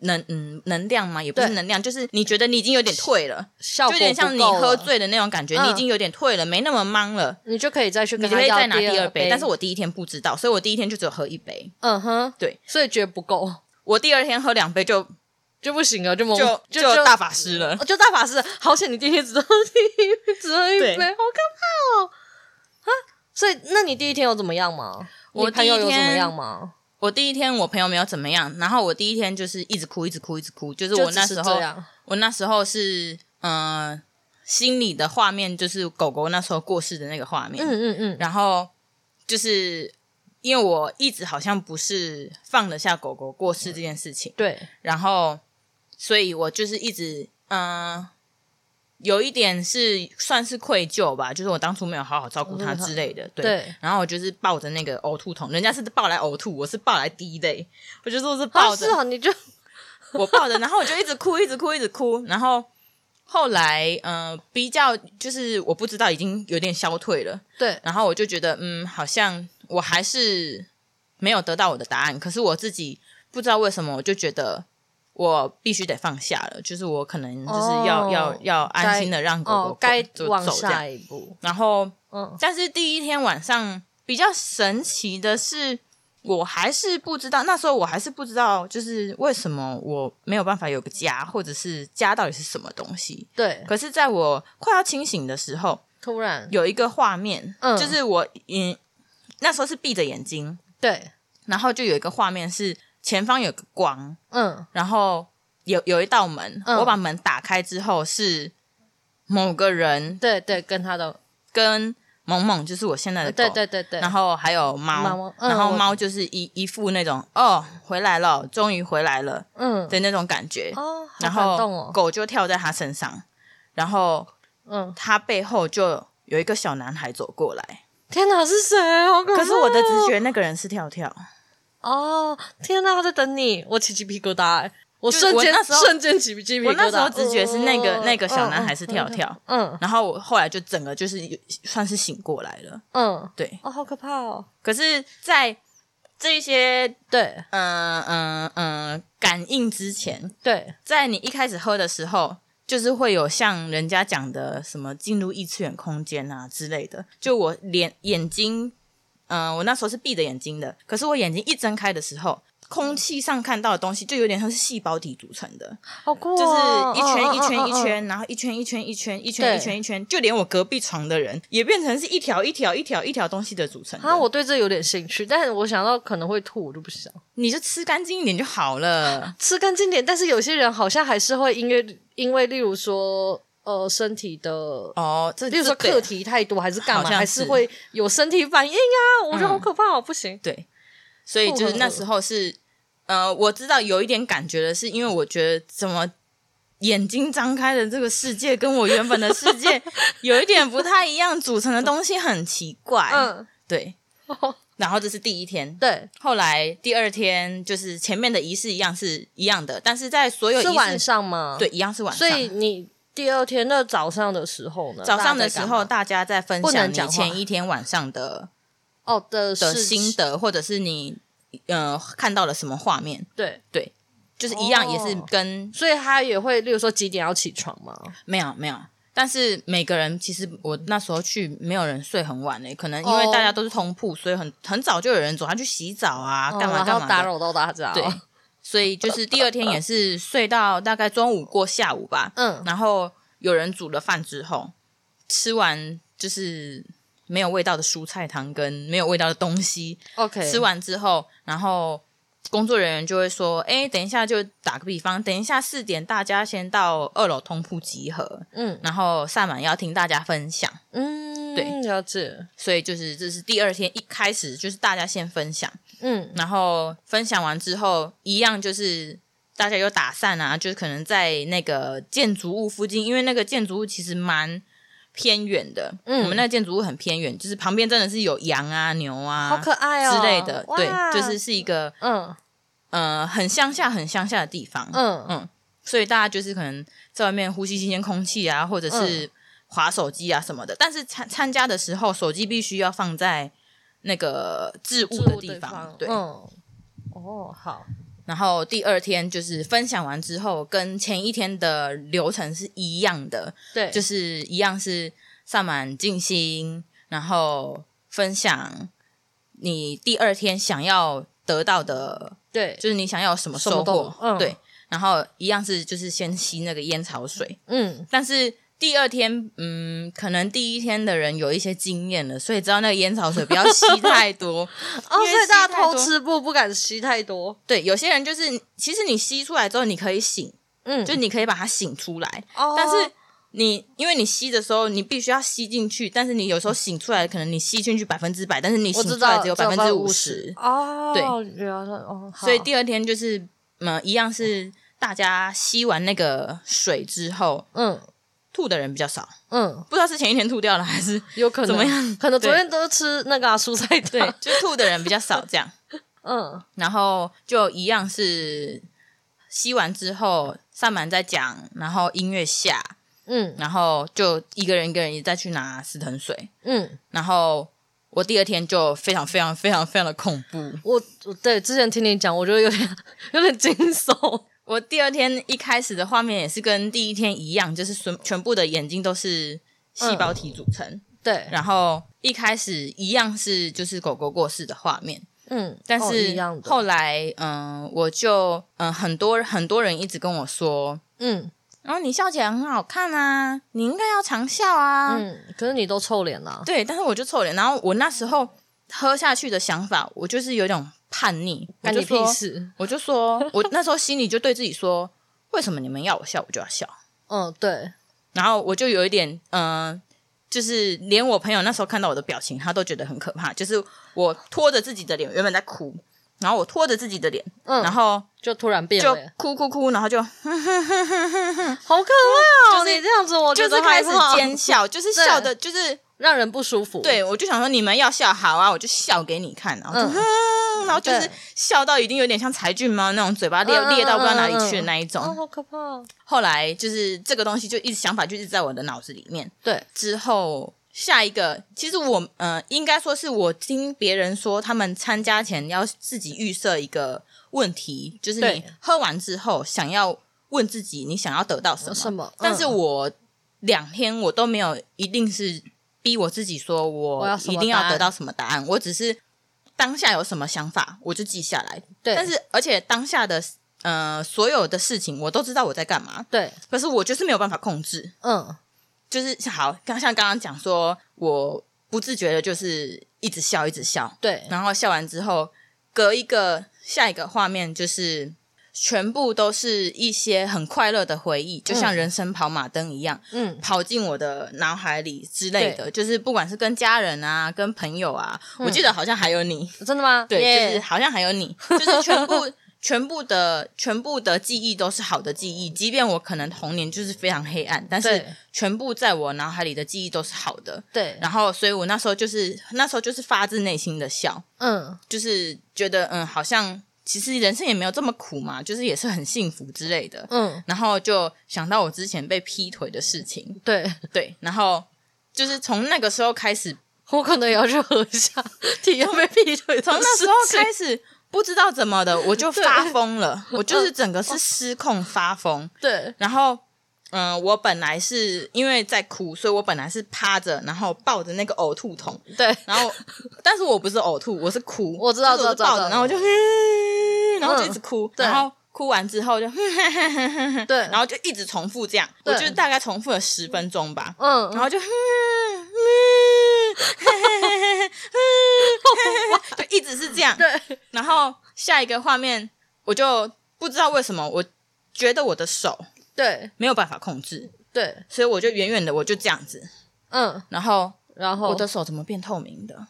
[SPEAKER 3] 能嗯能量嘛，也不是
[SPEAKER 1] 对
[SPEAKER 3] 能量，就是你觉得你已经有点退了，
[SPEAKER 1] 效
[SPEAKER 3] 就
[SPEAKER 1] 果
[SPEAKER 3] 有点像
[SPEAKER 1] 不
[SPEAKER 3] 你
[SPEAKER 1] 够了
[SPEAKER 3] 喝，醉的那种感觉，
[SPEAKER 1] 嗯
[SPEAKER 3] 你已经有点退了，没那么忙了。
[SPEAKER 1] 你就可以再去
[SPEAKER 3] 你
[SPEAKER 1] 跟
[SPEAKER 3] 就
[SPEAKER 1] 他
[SPEAKER 3] 会
[SPEAKER 1] 要
[SPEAKER 3] 再拿第
[SPEAKER 1] 二
[SPEAKER 3] 二杯，但是我第一天不知道，所以我第一天就只有喝一杯。
[SPEAKER 1] 嗯哼，
[SPEAKER 3] 对
[SPEAKER 1] 所以觉得不够
[SPEAKER 3] 我第二天喝两杯就
[SPEAKER 1] 就不行了，就懵
[SPEAKER 3] 就
[SPEAKER 1] 哦就
[SPEAKER 3] 就大法师了
[SPEAKER 1] 哦。就大法师，好险你第一天只喝一 杯，只喝一杯，好可
[SPEAKER 3] 对
[SPEAKER 1] 怕哦！啊，所以那你第一天有怎么样吗？
[SPEAKER 3] 我
[SPEAKER 1] 你朋友
[SPEAKER 3] 第
[SPEAKER 1] 有
[SPEAKER 3] 一
[SPEAKER 1] 怎
[SPEAKER 3] 天
[SPEAKER 1] 么样吗？
[SPEAKER 3] 我第一天我朋友没有怎么样，然后我第一天就是一直哭，一直哭，一直哭，就是
[SPEAKER 1] 就
[SPEAKER 3] 我那
[SPEAKER 1] 只
[SPEAKER 3] 时
[SPEAKER 1] 是
[SPEAKER 3] 候
[SPEAKER 1] 这，样
[SPEAKER 3] 我那时候是嗯、呃心里的画面就是狗狗那时候过世的那个画面，
[SPEAKER 1] 嗯嗯嗯，
[SPEAKER 3] 然后就是因为我一直好像不是放得下狗狗过世这件事情，
[SPEAKER 1] 对，
[SPEAKER 3] 然后所以我就是一直嗯。呃有一点是算是愧疚吧，就是我当初没有好好照顾它之类的，对。
[SPEAKER 1] 哦对
[SPEAKER 3] 然后我就是抱着那个呕吐桶，人家是抱来呕吐，我是抱来滴泪，我就说是
[SPEAKER 1] 啊
[SPEAKER 3] 抱着
[SPEAKER 1] 是，啊，你就
[SPEAKER 3] 我抱着，然后我就一直哭，一直哭，一直哭。然后后来，嗯、比较就是我不知道已经有点消退了，
[SPEAKER 1] 对，
[SPEAKER 3] 然后我就觉得，嗯，好像我还是没有得到我的答案。可是我自己不知道为什么，我就觉得我必须得放下了，就是我可能就是要、
[SPEAKER 1] 哦
[SPEAKER 3] 要要安心的让狗狗
[SPEAKER 1] 哦，该
[SPEAKER 3] 走
[SPEAKER 1] 往
[SPEAKER 3] 走这样
[SPEAKER 1] 下一步，
[SPEAKER 3] 然后，
[SPEAKER 1] 嗯，
[SPEAKER 3] 但是第一天晚上比较神奇的是，我还是不知道，那时候我还是不知道，就是为什么我没有办法有个家，或者是家到底是什么东西。
[SPEAKER 1] 对，
[SPEAKER 3] 可是在我快要清醒的时候，
[SPEAKER 1] 突然
[SPEAKER 3] 有一个画面，
[SPEAKER 1] 嗯
[SPEAKER 3] 就是我嗯那时候是闭着眼睛，
[SPEAKER 1] 对，
[SPEAKER 3] 然后就有一个画面是前方有个光，
[SPEAKER 1] 嗯，
[SPEAKER 3] 然后有有一道门，
[SPEAKER 1] 嗯
[SPEAKER 3] 我把门打开之后是某个人
[SPEAKER 1] 对对，跟他的，
[SPEAKER 3] 跟萌萌，就是我现在的狗，
[SPEAKER 1] 呃对对对对，
[SPEAKER 3] 然后还有猫，
[SPEAKER 1] 猫嗯
[SPEAKER 3] 然后
[SPEAKER 1] 我
[SPEAKER 3] 猫就是一一副那种哦回来了，终于回来了
[SPEAKER 1] 嗯，
[SPEAKER 3] 的那种感觉，
[SPEAKER 1] 哦，好感
[SPEAKER 3] 然后、
[SPEAKER 1] 动哦，
[SPEAKER 3] 狗就跳在它身上，然后
[SPEAKER 1] 嗯，
[SPEAKER 3] 它背后就有一个小男孩走过来。
[SPEAKER 1] 天哪，是谁？好可怕哦
[SPEAKER 3] 可是我的直觉，那个人是跳跳，
[SPEAKER 1] 哦，天哪，他在等你，我起鸡皮疙瘩欸，我
[SPEAKER 3] 就是
[SPEAKER 1] 瞬
[SPEAKER 3] 我
[SPEAKER 1] 间
[SPEAKER 3] 那时候
[SPEAKER 1] 瞬间起鸡皮疙瘩，
[SPEAKER 3] 我那时候直觉是那个、
[SPEAKER 1] 嗯
[SPEAKER 3] 那个小男孩是跳，跳，
[SPEAKER 1] 嗯
[SPEAKER 3] 然后我后来就整个就是有算是醒过来了，
[SPEAKER 1] 嗯，嗯
[SPEAKER 3] 对。
[SPEAKER 1] 哦，好可怕哦，
[SPEAKER 3] 可是，在这一些
[SPEAKER 1] 对
[SPEAKER 3] 嗯嗯嗯感应之前，
[SPEAKER 1] 对，
[SPEAKER 3] 在你一开始喝的时候。就是会有像人家讲的什么进入异次元空间啊之类的，就我脸眼睛，嗯、我那时候是闭着眼睛的，可是我眼睛一睁开的时候，空气上看到的东西就有点像是细胞体组成的，
[SPEAKER 1] 好酷
[SPEAKER 3] 就是
[SPEAKER 1] 哦，
[SPEAKER 3] 一圈
[SPEAKER 1] 嗯
[SPEAKER 3] 一
[SPEAKER 1] 嗯嗯嗯
[SPEAKER 3] 圈一，
[SPEAKER 1] 嗯
[SPEAKER 3] 圈，然后一圈一圈一圈
[SPEAKER 1] 对
[SPEAKER 3] 一圈一圈一圈，就连我隔壁床的人也变成是一条一条一条一条东西的组成的。
[SPEAKER 1] 啊，我对这有点兴趣，但是我想到可能会吐，我就不想
[SPEAKER 3] 你就吃干净一点就好了。
[SPEAKER 1] 吃干净点。但是有些人好像还是会因为因为例如说呃身体的
[SPEAKER 3] 哦，这
[SPEAKER 1] 例如说
[SPEAKER 3] 这对
[SPEAKER 1] 课题太多还是干嘛，
[SPEAKER 3] 好像
[SPEAKER 1] 还是
[SPEAKER 3] 是
[SPEAKER 1] 会有身体反应啊，我觉得好
[SPEAKER 3] 嗯
[SPEAKER 1] 可怕哦，不行。
[SPEAKER 3] 对，所以
[SPEAKER 1] 哦
[SPEAKER 3] 就是那时候是呃，我知道有一点感觉的是，因为我觉得怎么。眼睛张开的这个世界跟我原本的世 界有一点不太一样，组成的东西很奇怪。
[SPEAKER 1] 嗯，哦
[SPEAKER 3] 对。然后这是第一天，
[SPEAKER 1] 对，
[SPEAKER 3] 后来第二天就是前面的仪式一样是一样的，但是在所有仪
[SPEAKER 1] 是
[SPEAKER 3] 式
[SPEAKER 1] 晚上吗？
[SPEAKER 3] 对，一样是晚
[SPEAKER 1] 所
[SPEAKER 3] 上。
[SPEAKER 1] 以你第二天的早上的时候呢？
[SPEAKER 3] 早上
[SPEAKER 1] 大家
[SPEAKER 3] 的
[SPEAKER 1] 在
[SPEAKER 3] 时
[SPEAKER 1] 干
[SPEAKER 3] 候，
[SPEAKER 1] 嘛
[SPEAKER 3] 大家在分
[SPEAKER 1] 不能
[SPEAKER 3] 享
[SPEAKER 1] 讲
[SPEAKER 3] 你
[SPEAKER 1] 话
[SPEAKER 3] 前一天晚上的
[SPEAKER 1] 哦的
[SPEAKER 3] 的
[SPEAKER 1] 事
[SPEAKER 3] 心得，或者是你呃看到了什么画面，
[SPEAKER 1] 对，
[SPEAKER 3] 对，就是一样
[SPEAKER 1] 哦
[SPEAKER 3] 也是跟、
[SPEAKER 1] 所以他也会，例如说几点要起床吗？
[SPEAKER 3] 没有没有，但是每个人其实我那时候去，没有人睡很晚嘞、可能因为
[SPEAKER 1] 哦
[SPEAKER 3] 大家都是通铺，所以很很早就有人走他去洗澡啊，干嘛
[SPEAKER 1] 然
[SPEAKER 3] 干
[SPEAKER 1] 后
[SPEAKER 3] 嘛
[SPEAKER 1] 打
[SPEAKER 3] 的。
[SPEAKER 1] 扰到大家，哦
[SPEAKER 3] 对，所以就是第二天也是睡到大概中午过下午吧，
[SPEAKER 1] 嗯
[SPEAKER 3] 然后有人煮了饭之后，吃完就是没有味道的蔬菜汤跟没有味道的东西，
[SPEAKER 1] ，OK，
[SPEAKER 3] 吃完之后，然后工作人员就会说：“哎，等一下，就打个比方，等一下四点大家先到二楼通铺集合，
[SPEAKER 1] 嗯
[SPEAKER 3] 然后萨满要听大家分享。”
[SPEAKER 1] 嗯，
[SPEAKER 3] 对
[SPEAKER 1] 了解，
[SPEAKER 3] 所以就是这是第二天一开始就是大家先分享，
[SPEAKER 1] 嗯
[SPEAKER 3] 然后分享完之后一样就是。大家有打散啊，就是可能在那个建筑物附近，因为那个建筑物其实蛮偏远的。
[SPEAKER 1] 嗯
[SPEAKER 3] 我们那个建筑物很偏远，就是旁边真的是有羊啊、牛啊，
[SPEAKER 1] 好可爱哦
[SPEAKER 3] 之类的。对，
[SPEAKER 1] 哇
[SPEAKER 3] 就是是一个
[SPEAKER 1] 嗯
[SPEAKER 3] 呃很乡下、很乡下的地方，
[SPEAKER 1] 嗯
[SPEAKER 3] 嗯，所以大家就是可能在外面呼吸新鲜空气啊，或者是
[SPEAKER 1] 嗯
[SPEAKER 3] 划手机啊什么的。但是参参加的时候，手机必须要放在那个置物的地方，对。
[SPEAKER 1] 嗯，哦，好，
[SPEAKER 3] 然后第二天就是分享完之后，跟前一天的流程是一样的，
[SPEAKER 1] 对，
[SPEAKER 3] 就是是一样是萨满静心，然后分享你第二天想要得到的
[SPEAKER 1] 对，
[SPEAKER 3] 就是你想要有什么
[SPEAKER 1] 什
[SPEAKER 3] 收
[SPEAKER 1] 么都
[SPEAKER 3] 获，
[SPEAKER 1] 嗯
[SPEAKER 3] 对，然后一样是就是先吸那个烟草水，
[SPEAKER 1] 嗯
[SPEAKER 3] 但是第二天，嗯，可能第一天的人有一些经验了，所以知道那个烟草水不要吸太多，
[SPEAKER 1] 哦，
[SPEAKER 3] 因
[SPEAKER 1] 所
[SPEAKER 3] 为
[SPEAKER 1] 以大家
[SPEAKER 3] 吸太
[SPEAKER 1] 偷
[SPEAKER 3] 多。
[SPEAKER 1] 吃不不敢吸太多，
[SPEAKER 3] 对，有些人就是，其实你吸出来之后，你可以醒，
[SPEAKER 1] 嗯，
[SPEAKER 3] 就你可以把它醒出来，
[SPEAKER 1] 哦
[SPEAKER 3] 但是。你因为你吸的时候，你必须要吸进去，但是你有时候醒出来，可能你吸进去百分之百，但是你
[SPEAKER 1] 我
[SPEAKER 3] 醒
[SPEAKER 1] 知
[SPEAKER 3] 出
[SPEAKER 1] 道
[SPEAKER 3] 来只有百分之五十，
[SPEAKER 1] 哦，
[SPEAKER 3] 对
[SPEAKER 1] 原来哦，好
[SPEAKER 3] 所以第二天就是，嗯，一样是大家吸完那个水之后，
[SPEAKER 1] 嗯
[SPEAKER 3] 吐的人比较少，
[SPEAKER 1] 嗯，
[SPEAKER 3] 不知道是前一天吐掉了还是
[SPEAKER 1] 有可能
[SPEAKER 3] 怎么样
[SPEAKER 1] 可能
[SPEAKER 3] 对
[SPEAKER 1] 昨天都吃那个啊蔬菜
[SPEAKER 3] 对
[SPEAKER 1] 汤，，
[SPEAKER 3] 就吐的人比较少这样。
[SPEAKER 1] 嗯
[SPEAKER 3] 然后就一样是吸完之后，萨满在讲，然后音乐下，
[SPEAKER 1] 嗯
[SPEAKER 3] 然后就一个人一个人再去拿死藤水，
[SPEAKER 1] 嗯，
[SPEAKER 3] 然后。我第二天就非常非常非常非常的恐怖。
[SPEAKER 1] 我我对之前听你讲，我觉得有点有点惊悚，
[SPEAKER 3] 我第二天一开始的画面也是跟第一天一样，就是全全部的眼睛都是细胞体组成，
[SPEAKER 1] 嗯对，
[SPEAKER 3] 然后一开始一样是就是狗狗过世的画面，
[SPEAKER 1] 嗯，
[SPEAKER 3] 但
[SPEAKER 1] 哦一
[SPEAKER 3] 是
[SPEAKER 1] 样的，
[SPEAKER 3] 后来，嗯、我就嗯、呃很多很多人一直跟我说，
[SPEAKER 1] 嗯
[SPEAKER 3] 然、后你笑起来很好看啊，你应该要常笑啊。
[SPEAKER 1] 嗯，可是你都臭脸啊了，
[SPEAKER 3] 对，但是我就臭脸。然后我那时候喝下去的想法，我就是有一种叛逆，我
[SPEAKER 1] 干
[SPEAKER 3] 就
[SPEAKER 1] 你屁
[SPEAKER 3] 说，
[SPEAKER 1] 事，
[SPEAKER 3] 我就说，我那时候心里就对自己说，为什么你们要我笑，我就要笑。
[SPEAKER 1] 嗯，对，
[SPEAKER 3] 然后我就有一点，嗯、就是连我朋友那时候看到我的表情，他都觉得很可怕。就是我拖着自己的脸，原本在哭，然后我拖着自己的脸，
[SPEAKER 1] 嗯，
[SPEAKER 3] 然后
[SPEAKER 1] 就突然变
[SPEAKER 3] 就
[SPEAKER 1] 了，
[SPEAKER 3] 哭哭哭，然后就
[SPEAKER 1] 好可爱哦，
[SPEAKER 3] 就是
[SPEAKER 1] 你这样子，我觉
[SPEAKER 3] 就
[SPEAKER 1] 得
[SPEAKER 3] 是开始
[SPEAKER 1] 害怕
[SPEAKER 3] 尖笑，就是笑的，就是
[SPEAKER 1] 让人不舒服，，
[SPEAKER 3] 对我就想说你们要笑好啊，我就笑给你看，然后就、
[SPEAKER 1] 嗯
[SPEAKER 3] 哼 然后就是
[SPEAKER 1] 对
[SPEAKER 3] 笑到已经有点像柴郡猫那种嘴巴裂
[SPEAKER 1] 嗯嗯嗯
[SPEAKER 3] 裂到不知道哪里去的那一种。
[SPEAKER 1] 哦，好可怕哦，
[SPEAKER 3] 后来就是这个东西就一直想法就一直在我的脑子里面，
[SPEAKER 1] 对，
[SPEAKER 3] 之后。下一个，其实我呃，应该说是我听别人说，他们参加前要自己预设一个问题，就是你
[SPEAKER 1] 对
[SPEAKER 3] 喝完之后想要问自己你想要得到什么。
[SPEAKER 1] 什么
[SPEAKER 3] 但是
[SPEAKER 1] 嗯
[SPEAKER 3] 我两天我都没有一定是逼我自己说
[SPEAKER 1] 我要
[SPEAKER 3] 我
[SPEAKER 1] 什么
[SPEAKER 3] 一定要
[SPEAKER 1] 答
[SPEAKER 3] 得
[SPEAKER 1] 案
[SPEAKER 3] 到什么答案，我只是当下有什么想法我就记下来。
[SPEAKER 1] 对，
[SPEAKER 3] 但是而且当下的呃所有的事情我都知道我在干嘛，
[SPEAKER 1] 对，
[SPEAKER 3] 可是我就是没有办法控制。
[SPEAKER 1] 嗯
[SPEAKER 3] 就是好，刚像刚刚讲说，我不自觉的就是一直笑，一直笑，
[SPEAKER 1] 对，
[SPEAKER 3] 然后笑完之后，隔一个下一个画面就是全部都是一些很快乐的回忆，就像人生跑马灯一样，
[SPEAKER 1] 嗯
[SPEAKER 3] 跑进我的脑海里之类的。就是不管是跟家人啊，跟朋友啊，我记得好像还有你，
[SPEAKER 1] 真的吗？
[SPEAKER 3] 对
[SPEAKER 1] 耶
[SPEAKER 3] 就是好像还有你，就是全 部。全部的全部的记忆都是好的记忆，即便我可能童年就是非常黑暗，但是
[SPEAKER 1] 对
[SPEAKER 3] 全部在我脑海里的记忆都是好的。
[SPEAKER 1] 对，
[SPEAKER 3] 然后，所以我那时候就是那时候就是发自内心的笑，
[SPEAKER 1] 嗯
[SPEAKER 3] 就是觉得嗯，好像其实人生也没有这么苦嘛，就是也是很幸福之类的。
[SPEAKER 1] 嗯，
[SPEAKER 3] 然后就想到我之前被劈腿的事情，
[SPEAKER 1] 对。
[SPEAKER 3] 对，然后就是从那个时候开始，
[SPEAKER 1] 我可能也要去喝一下，体验被劈腿的
[SPEAKER 3] 从那时候
[SPEAKER 1] 事情
[SPEAKER 3] 开始。不知道 怎么的，我就发疯了，我就是整个是失控发疯。
[SPEAKER 1] 对，
[SPEAKER 3] 然后嗯、我本来是因为在哭，所以我本来是趴着，然后抱着那个呕吐桶，
[SPEAKER 1] 对，
[SPEAKER 3] 然后但是我不是呕吐，我是哭，
[SPEAKER 1] 我知道
[SPEAKER 3] 就是我是
[SPEAKER 1] 知道
[SPEAKER 3] 抱
[SPEAKER 1] 知道嗯
[SPEAKER 3] 着，然后我就， 然后就一直哭，
[SPEAKER 1] 对
[SPEAKER 3] 然后哭完之后就，
[SPEAKER 1] 对
[SPEAKER 3] 嗯然后就一直重复这样，我
[SPEAKER 1] 对
[SPEAKER 3] 就大概重复了十分钟吧，
[SPEAKER 1] 嗯，
[SPEAKER 3] 然后就， 就一直是这样，
[SPEAKER 1] 对，
[SPEAKER 3] 然后下一个画面，我就不知道为什么，我觉得我的手
[SPEAKER 1] 对
[SPEAKER 3] 没有办法控制，
[SPEAKER 1] 对，
[SPEAKER 3] 所以我就远远的我就这样子，
[SPEAKER 1] 嗯，
[SPEAKER 3] 然后
[SPEAKER 1] 然后
[SPEAKER 3] 我的手怎么变透明的？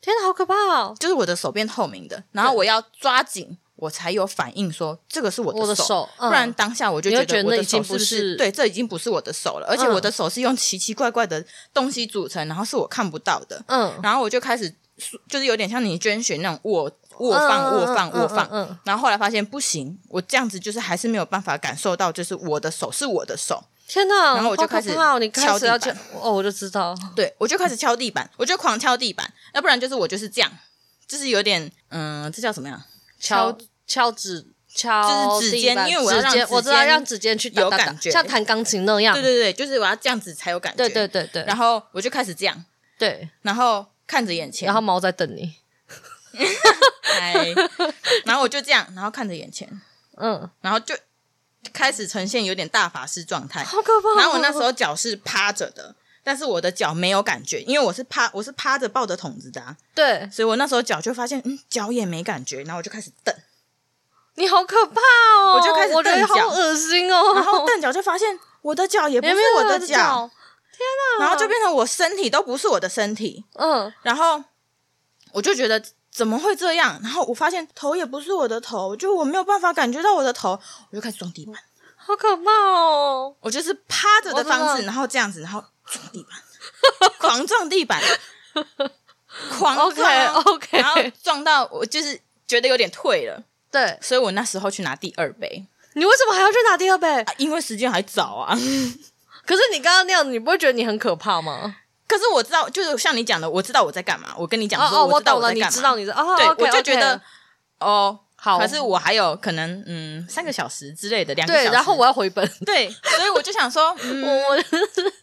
[SPEAKER 1] 天哪，好可怕哦！
[SPEAKER 3] 就是我的手变透明的，然后我要抓紧，我才有反应说这个是我
[SPEAKER 1] 我的
[SPEAKER 3] 手，
[SPEAKER 1] 手嗯
[SPEAKER 3] 不然当下我就
[SPEAKER 1] 你会觉
[SPEAKER 3] 觉
[SPEAKER 1] 得
[SPEAKER 3] 我
[SPEAKER 1] 那
[SPEAKER 3] 的
[SPEAKER 1] 已经不
[SPEAKER 3] 手是不
[SPEAKER 1] 是
[SPEAKER 3] 对，这已经不是我的手了，而且
[SPEAKER 1] 嗯
[SPEAKER 3] 我的手是用奇奇怪怪的东西组成，然后是我看不到的，
[SPEAKER 1] 嗯，
[SPEAKER 3] 然后我就开始就是有点像你捐血那种握握放
[SPEAKER 1] 嗯
[SPEAKER 3] 握放握放，
[SPEAKER 1] 嗯嗯嗯
[SPEAKER 3] 然后后来发现不行，我这样子就是还是没有办法感受到，就是我的手是我的手，
[SPEAKER 1] 天哪，
[SPEAKER 3] 然后我就
[SPEAKER 1] 好可
[SPEAKER 3] 开始
[SPEAKER 1] 怕哦你开
[SPEAKER 3] 敲
[SPEAKER 1] 始
[SPEAKER 3] 地
[SPEAKER 1] 要去，
[SPEAKER 3] 板
[SPEAKER 1] 哦，我就知道，
[SPEAKER 3] 对我就开始敲地板，我就狂敲地板，要不然就是我就是这样，就是有点嗯，这叫什么呀？
[SPEAKER 1] 敲敲指敲
[SPEAKER 3] 就是指
[SPEAKER 1] 地
[SPEAKER 3] 尖
[SPEAKER 1] 板
[SPEAKER 3] 因为我要
[SPEAKER 1] 指
[SPEAKER 3] 让
[SPEAKER 1] 尖
[SPEAKER 3] 指
[SPEAKER 1] 我知道
[SPEAKER 3] 尖
[SPEAKER 1] 让指尖去打
[SPEAKER 3] 有
[SPEAKER 1] 打打
[SPEAKER 3] 感觉
[SPEAKER 1] 像弹钢琴那样，
[SPEAKER 3] 对对对，就是我要这样子才有感觉。
[SPEAKER 1] 对对对对，
[SPEAKER 3] 然后我就开始这样，
[SPEAKER 1] 对，
[SPEAKER 3] 然后看着眼前，
[SPEAKER 1] 然后猫在等你，
[SPEAKER 3] 哎，然后我就这样，然后看着眼前，
[SPEAKER 1] 嗯，
[SPEAKER 3] 然后就开始呈现有点大法师状态。
[SPEAKER 1] 好可怕哦。
[SPEAKER 3] 然后我那时候脚是趴着的，但是我的脚没有感觉，因为我是趴，我是趴着抱着筒子的、啊，
[SPEAKER 1] 对
[SPEAKER 3] 所以我那时候脚就发现，嗯，脚也没感觉，然后我就开始 蹬，
[SPEAKER 1] 你好可怕哦，
[SPEAKER 3] 我就开始
[SPEAKER 1] 我觉得
[SPEAKER 3] 蹬脚
[SPEAKER 1] 好恶心哦，
[SPEAKER 3] 然后蹬脚就发现我的脚也不
[SPEAKER 1] 也
[SPEAKER 3] 是
[SPEAKER 1] 没有
[SPEAKER 3] 我的
[SPEAKER 1] 人
[SPEAKER 3] 脚，，
[SPEAKER 1] 哪
[SPEAKER 3] 然后就变成我身体都不是我的身体，
[SPEAKER 1] 嗯，
[SPEAKER 3] 然后我就觉得怎么会这样？然后我发现头也不是我的头，就我没有办法感觉到我的头，我就开始撞地板。
[SPEAKER 1] 好可怕哦，
[SPEAKER 3] 我就是趴着的
[SPEAKER 1] 我
[SPEAKER 3] 方
[SPEAKER 1] 知道
[SPEAKER 3] 式，然后这样子，然后撞地板，狂撞 地板，狂撞
[SPEAKER 1] OK，OK
[SPEAKER 3] 然后撞到我就是觉得有点退了，
[SPEAKER 1] 对
[SPEAKER 3] 所以我那时候去拿第二杯，
[SPEAKER 1] 你为什么还要去拿第二杯？
[SPEAKER 3] 啊因为时间还早啊。
[SPEAKER 1] 可是你刚刚那样，你不会觉得你很可怕吗？
[SPEAKER 3] 可是我知道，就是像你讲的，我知道我在干嘛。我跟你讲
[SPEAKER 1] 哦
[SPEAKER 3] 说，
[SPEAKER 1] 哦，我
[SPEAKER 3] 知道
[SPEAKER 1] 懂了，
[SPEAKER 3] 在
[SPEAKER 1] 你
[SPEAKER 3] 干嘛。
[SPEAKER 1] 知道你知道，哦
[SPEAKER 3] 对，
[SPEAKER 1] OK，
[SPEAKER 3] 我就觉
[SPEAKER 1] OK
[SPEAKER 3] 得哦，
[SPEAKER 1] 好
[SPEAKER 3] 可是我还有可能嗯三个小时之类的，两个小
[SPEAKER 1] 对，
[SPEAKER 3] 时。
[SPEAKER 1] 然后我要回本，
[SPEAKER 3] 对，所以我就想说，
[SPEAKER 1] 我
[SPEAKER 3] 嗯
[SPEAKER 1] 我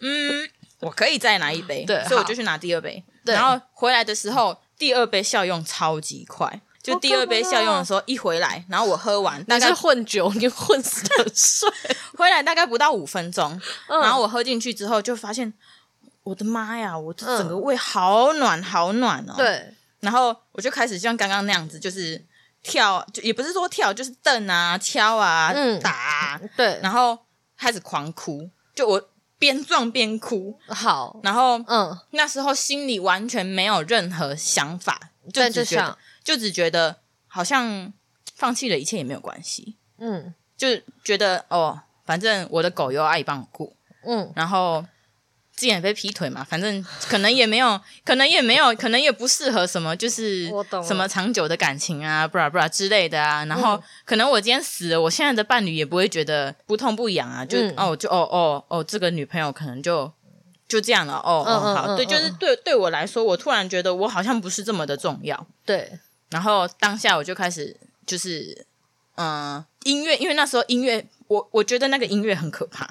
[SPEAKER 3] 嗯，我可以再拿一杯，
[SPEAKER 1] 对
[SPEAKER 3] 所以我
[SPEAKER 1] 好
[SPEAKER 3] 就去拿第二杯。
[SPEAKER 1] 对
[SPEAKER 3] 然后回来的时候，第二杯效用超级快，就第二杯效用的时候一回来，然后我喝完，大
[SPEAKER 1] 你是
[SPEAKER 3] 概
[SPEAKER 1] 混酒，你混死的帅，
[SPEAKER 3] 回来大概不到五分钟，
[SPEAKER 1] 嗯
[SPEAKER 3] 然后我喝进去之后就发现，我的妈呀，我这整个胃好暖好暖哦。。
[SPEAKER 1] 对，
[SPEAKER 3] 然后我就开始像刚刚那样子，就是跳，就也不是说跳，就是蹬啊、敲啊、
[SPEAKER 1] 嗯
[SPEAKER 3] 打啊，
[SPEAKER 1] 对，
[SPEAKER 3] 然后开始狂哭，就我边撞边哭，
[SPEAKER 1] 好，
[SPEAKER 3] 然后
[SPEAKER 1] 嗯，
[SPEAKER 3] 那时候心里完全没有任何想法，就
[SPEAKER 1] 但
[SPEAKER 3] 只
[SPEAKER 1] 就
[SPEAKER 3] 觉得
[SPEAKER 1] 想，
[SPEAKER 3] 就只觉得好像放弃了一切也没有关系，
[SPEAKER 1] 嗯
[SPEAKER 3] 就觉得哦，反正我的狗有阿姨帮我顾，
[SPEAKER 1] 嗯，
[SPEAKER 3] 然后之前也被劈腿嘛，反正可能也没有， 可能也没有，可能也不适合什么，就是
[SPEAKER 1] 我懂了
[SPEAKER 3] 什么长久的感情啊，布拉布拉之类的啊。然后、
[SPEAKER 1] 嗯
[SPEAKER 3] 可能我今天死了，我现在的伴侣也不会觉得不痛不痒啊，就、
[SPEAKER 1] 嗯
[SPEAKER 3] 哦就哦哦哦，这个女朋友可能就。就这样了哦，
[SPEAKER 1] 嗯
[SPEAKER 3] 哦
[SPEAKER 1] 嗯
[SPEAKER 3] 好，
[SPEAKER 1] 嗯
[SPEAKER 3] 对，
[SPEAKER 1] 嗯
[SPEAKER 3] 就是对对我来说，我突然觉得我好像不是这么的重要，
[SPEAKER 1] 对，
[SPEAKER 3] 然后当下我就开始就是，嗯、音乐，因为那时候音乐，我我觉得那个音乐很可怕，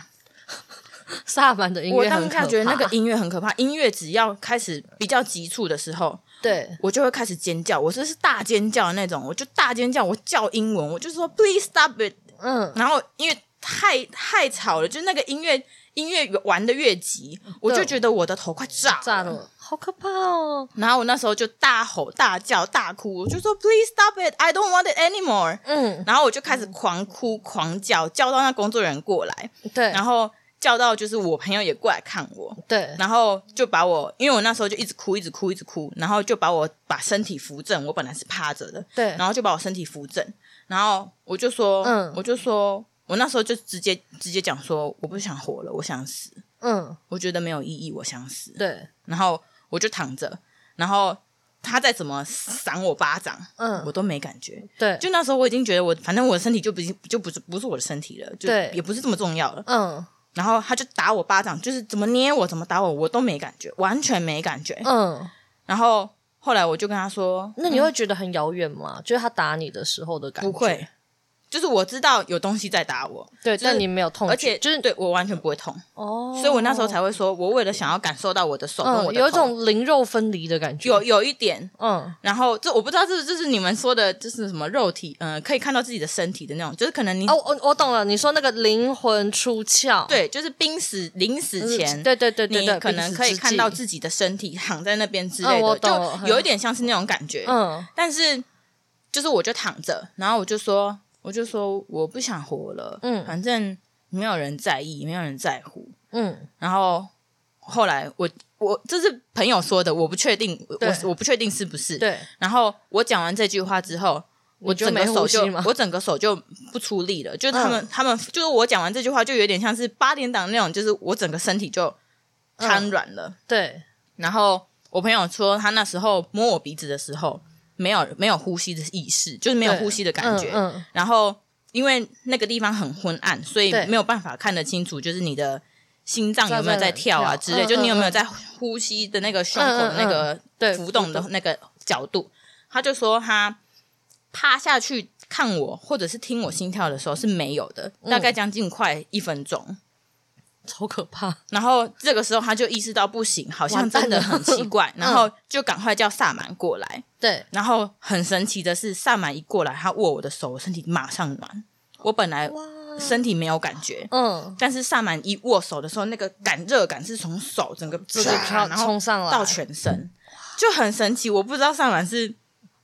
[SPEAKER 1] 萨满的音
[SPEAKER 3] 我
[SPEAKER 1] 乐很
[SPEAKER 3] 当
[SPEAKER 1] 可怕，
[SPEAKER 3] 下觉得那个音乐很可怕，音乐只要开始比较急促的时候，
[SPEAKER 1] 对
[SPEAKER 3] 我就会开始尖叫，我这是大尖叫的那种，我就大尖叫，我叫英文，我就说 please stop it，
[SPEAKER 1] 嗯
[SPEAKER 3] 然后因为太太吵了，就那个音乐音乐玩的越急，我就觉得我的头快炸了
[SPEAKER 1] 炸了，好可怕哦，
[SPEAKER 3] 然后我那时候就大吼大叫大哭，我就说 please stop it，I don't want it anymore，
[SPEAKER 1] 嗯，
[SPEAKER 3] 然后我就开始狂哭狂叫，叫到那工作人员过来，
[SPEAKER 1] 对
[SPEAKER 3] 然后叫到就是我朋友也过来看我，
[SPEAKER 1] 对，
[SPEAKER 3] 然后就把我，因为我那时候就一直哭，一直哭，一直哭，然后就把我把身体扶正，我本来是趴着的，
[SPEAKER 1] 对
[SPEAKER 3] 然后就把我身体扶正，然后我就说，
[SPEAKER 1] 嗯
[SPEAKER 3] 我就说我那时候就直接直接讲说，我不想活了，我想死，
[SPEAKER 1] 嗯，
[SPEAKER 3] 我觉得没有意义，我想死，
[SPEAKER 1] 对，
[SPEAKER 3] 然后我就躺着，然后他再怎么赏我巴掌，
[SPEAKER 1] 嗯
[SPEAKER 3] 我都没感觉，
[SPEAKER 1] 对，
[SPEAKER 3] 就那时候我已经觉得我反正我的身体就不是就不是不是我的身体了，就
[SPEAKER 1] 对
[SPEAKER 3] 也不是这么重要了，
[SPEAKER 1] 嗯
[SPEAKER 3] 然后他就打我巴掌，就是怎么捏我，怎么打我，我都没感觉，完全没感觉。
[SPEAKER 1] 嗯，
[SPEAKER 3] 然后后来我就跟他说，
[SPEAKER 1] 那你会觉得很遥远吗？就是他打你的时候的感觉，
[SPEAKER 3] 嗯不会，就是我知道有东西在打我，
[SPEAKER 1] 对，
[SPEAKER 3] 就是
[SPEAKER 1] 但你没有痛觉，
[SPEAKER 3] 而且
[SPEAKER 1] 就
[SPEAKER 3] 就是是对我完全不会痛，
[SPEAKER 1] 哦，
[SPEAKER 3] 所以我那时候才会说，我为了想要感受到我的手跟我
[SPEAKER 1] 嗯，
[SPEAKER 3] 的
[SPEAKER 1] 有一
[SPEAKER 3] 头
[SPEAKER 1] 种灵肉分离的感觉，
[SPEAKER 3] 有有一点。
[SPEAKER 1] 嗯
[SPEAKER 3] 然后这我不知道这这是你们说的，就是什么肉体，嗯、可以看到自己的身体的那种，就是可能你、
[SPEAKER 1] 哦，我我懂了，你说那个灵魂出窍，
[SPEAKER 3] 对，就是濒死临死
[SPEAKER 1] 嗯，
[SPEAKER 3] 前，
[SPEAKER 1] 对对对对对，
[SPEAKER 3] 你可能可以看到
[SPEAKER 1] 己，
[SPEAKER 3] 自己的身体躺在那边之类
[SPEAKER 1] 嗯
[SPEAKER 3] 的，
[SPEAKER 1] 我懂
[SPEAKER 3] 就有一点像是那种感觉。
[SPEAKER 1] 嗯
[SPEAKER 3] 但是就是我就躺着，然后我就说，我就说我不想活了，
[SPEAKER 1] 嗯
[SPEAKER 3] 反正没有人在意，没有人在乎。
[SPEAKER 1] 嗯，
[SPEAKER 3] 然后后来我我这是朋友说的，我不确定，我
[SPEAKER 1] 对
[SPEAKER 3] 我我不确定是不是。
[SPEAKER 1] 对，
[SPEAKER 3] 然后我讲完这句话之后，我
[SPEAKER 1] 就
[SPEAKER 3] 整个
[SPEAKER 1] 没嗯呼
[SPEAKER 3] 手就
[SPEAKER 1] 吸吗
[SPEAKER 3] 我整个手就不出力了，就是他们、他们就是我讲完这句话就有点像是八点档那种，就是我整个身体就瘫软了。
[SPEAKER 1] 对，
[SPEAKER 3] 然后我朋友说他那时候摸我鼻子的时候，没有没有呼吸的意识，就是没有
[SPEAKER 1] 对
[SPEAKER 3] 呼吸的感觉。
[SPEAKER 1] 嗯嗯
[SPEAKER 3] 然后因为那个地方很昏暗，所以
[SPEAKER 1] 对
[SPEAKER 3] 没有办法看得清楚，就是你的心脏有没有在跳
[SPEAKER 1] 在
[SPEAKER 3] 啊之
[SPEAKER 1] 在
[SPEAKER 3] 类，就
[SPEAKER 1] 嗯
[SPEAKER 3] 你有没有
[SPEAKER 1] 嗯
[SPEAKER 3] 在呼吸的那个胸口的那
[SPEAKER 1] 嗯
[SPEAKER 3] 个
[SPEAKER 1] 对
[SPEAKER 3] 浮动的
[SPEAKER 1] 浮
[SPEAKER 3] 那个角度。他就说他趴下去看我，或者是听我心跳的时候是没有的，大
[SPEAKER 1] 嗯
[SPEAKER 3] 概将近快一分钟。
[SPEAKER 1] 超可怕，
[SPEAKER 3] 然后这个时候他就意识到不行，好像真的很奇怪，然后就赶快叫萨满过来。
[SPEAKER 1] 对，
[SPEAKER 3] 然后很神奇的是，萨满一过来，他握我的手，我身体马上暖。我本来身体没有感觉，
[SPEAKER 1] 嗯，
[SPEAKER 3] 但是萨满一握手的时候，那个感热感是从手整个
[SPEAKER 1] 就是
[SPEAKER 3] 唰然后
[SPEAKER 1] 冲上来
[SPEAKER 3] 到全身，就很神奇。我不知道萨满是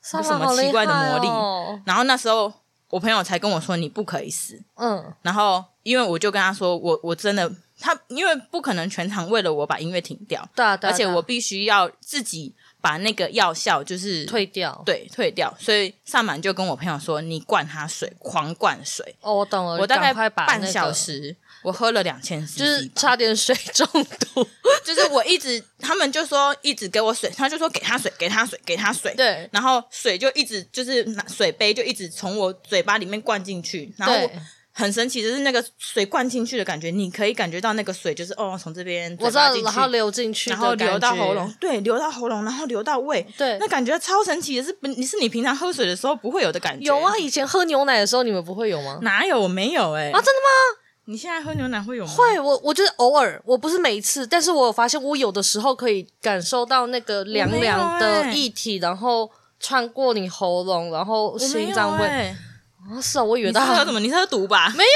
[SPEAKER 1] 沙
[SPEAKER 3] 什
[SPEAKER 1] 发
[SPEAKER 3] 么
[SPEAKER 1] 好
[SPEAKER 3] 奇
[SPEAKER 1] 厉
[SPEAKER 3] 怪的
[SPEAKER 1] 害
[SPEAKER 3] 魔力
[SPEAKER 1] 哦，
[SPEAKER 3] 然后那时候我朋友才跟我说你不可以死，
[SPEAKER 1] 嗯，
[SPEAKER 3] 然后因为我就跟他说，我我真的他因为不可能全场为了我把音乐停掉，
[SPEAKER 1] 对啊，对啊
[SPEAKER 3] 而且
[SPEAKER 1] 对啊
[SPEAKER 3] 我必须要自己把那个药效就是
[SPEAKER 1] 退掉，
[SPEAKER 3] 对退掉，所以萨满就跟我朋友说，你灌他水，狂灌水。
[SPEAKER 1] 哦，我懂了，
[SPEAKER 3] 我大概
[SPEAKER 1] 赶快把那
[SPEAKER 3] 半
[SPEAKER 1] 个
[SPEAKER 3] 小。时，我喝了两千 cc，
[SPEAKER 1] 就是
[SPEAKER 3] 吧
[SPEAKER 1] 差点水中毒，
[SPEAKER 3] 就是我一直，他们就说一直给我水，他就说给他水，给他水，给他水，
[SPEAKER 1] 对
[SPEAKER 3] 然后水就一直就是拿水杯就一直从我嘴巴里面灌进去，然后我
[SPEAKER 1] 对
[SPEAKER 3] 很神奇的是那个水灌进去的感觉，你可以感觉到那个水就是哦从这边
[SPEAKER 1] 我
[SPEAKER 3] 嘴
[SPEAKER 1] 知道
[SPEAKER 3] 巴，进
[SPEAKER 1] 然后
[SPEAKER 3] 去。
[SPEAKER 1] 流进去，
[SPEAKER 3] 然后流到喉咙，，对，流到喉咙，然后流到胃，
[SPEAKER 1] 对
[SPEAKER 3] 那感觉超神奇的是，不你是你平常喝水的时候不会有的感觉。
[SPEAKER 1] 有啊，，以前喝牛奶的时候你们不会有吗？
[SPEAKER 3] 哪有？我没有哎、
[SPEAKER 1] 啊，真的吗？
[SPEAKER 3] 你现在喝牛奶会有吗？
[SPEAKER 1] 会，我我就是偶尔，我不是每一次，但是我有发现，我有的时候可以感受到那个凉
[SPEAKER 3] 没有
[SPEAKER 1] 凉的
[SPEAKER 3] 欸
[SPEAKER 1] 液体，然然后穿过你喉咙，然后
[SPEAKER 3] 我没
[SPEAKER 1] 心
[SPEAKER 3] 有
[SPEAKER 1] 脏
[SPEAKER 3] 哎、
[SPEAKER 1] 问。啊，是啊，我以为
[SPEAKER 3] 你是
[SPEAKER 1] 大
[SPEAKER 3] 喝
[SPEAKER 1] 家
[SPEAKER 3] 什么？你是喝毒吧？
[SPEAKER 1] 没有，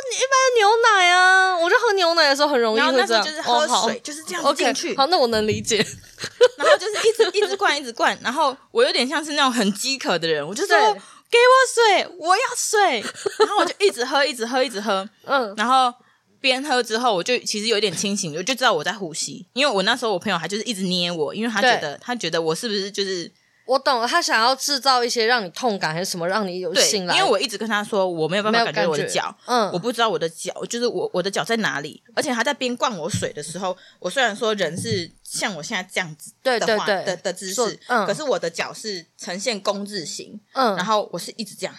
[SPEAKER 1] 我就喝一般的牛奶啊，我就喝牛奶的时候很容易
[SPEAKER 3] 然后
[SPEAKER 1] 会
[SPEAKER 3] 那
[SPEAKER 1] 这
[SPEAKER 3] 时候
[SPEAKER 1] 样。
[SPEAKER 3] 就是
[SPEAKER 1] 哦
[SPEAKER 3] 喝
[SPEAKER 1] 好
[SPEAKER 3] 水，就是这样子
[SPEAKER 1] OK，
[SPEAKER 3] 进去，
[SPEAKER 1] 好，那我能理解。
[SPEAKER 3] 然后就是一直一直灌，一直灌。然后我有点像是那种很饥渴的人，我就说
[SPEAKER 1] 对
[SPEAKER 3] 给我水，我要水。然后我就一直喝，一直喝，一直喝。
[SPEAKER 1] 嗯，
[SPEAKER 3] 然后边喝之后，我就其实有点清醒，我就知道我在呼吸。因为我那时候我朋友还就是一直捏我，因为他觉得他觉得我是不是就是
[SPEAKER 1] 我懂了，他想要制造一些让你痛感还是什么，让你有
[SPEAKER 3] 对，
[SPEAKER 1] 醒
[SPEAKER 3] 因
[SPEAKER 1] 来。
[SPEAKER 3] 为我一直跟他说我没有办
[SPEAKER 1] 没
[SPEAKER 3] 法
[SPEAKER 1] 有
[SPEAKER 3] 感觉我的
[SPEAKER 1] 感觉
[SPEAKER 3] 脚，
[SPEAKER 1] 嗯
[SPEAKER 3] 我不知道我的脚就是我我的脚在哪里，而且他在边灌我水的时候，我虽然说人是像我现在这样子
[SPEAKER 1] 对
[SPEAKER 3] 的话
[SPEAKER 1] 对对
[SPEAKER 3] 的的姿
[SPEAKER 1] 做
[SPEAKER 3] 势，
[SPEAKER 1] 嗯
[SPEAKER 3] 可是我的脚是呈现弓字形，
[SPEAKER 1] 嗯
[SPEAKER 3] 然后我是一直这样，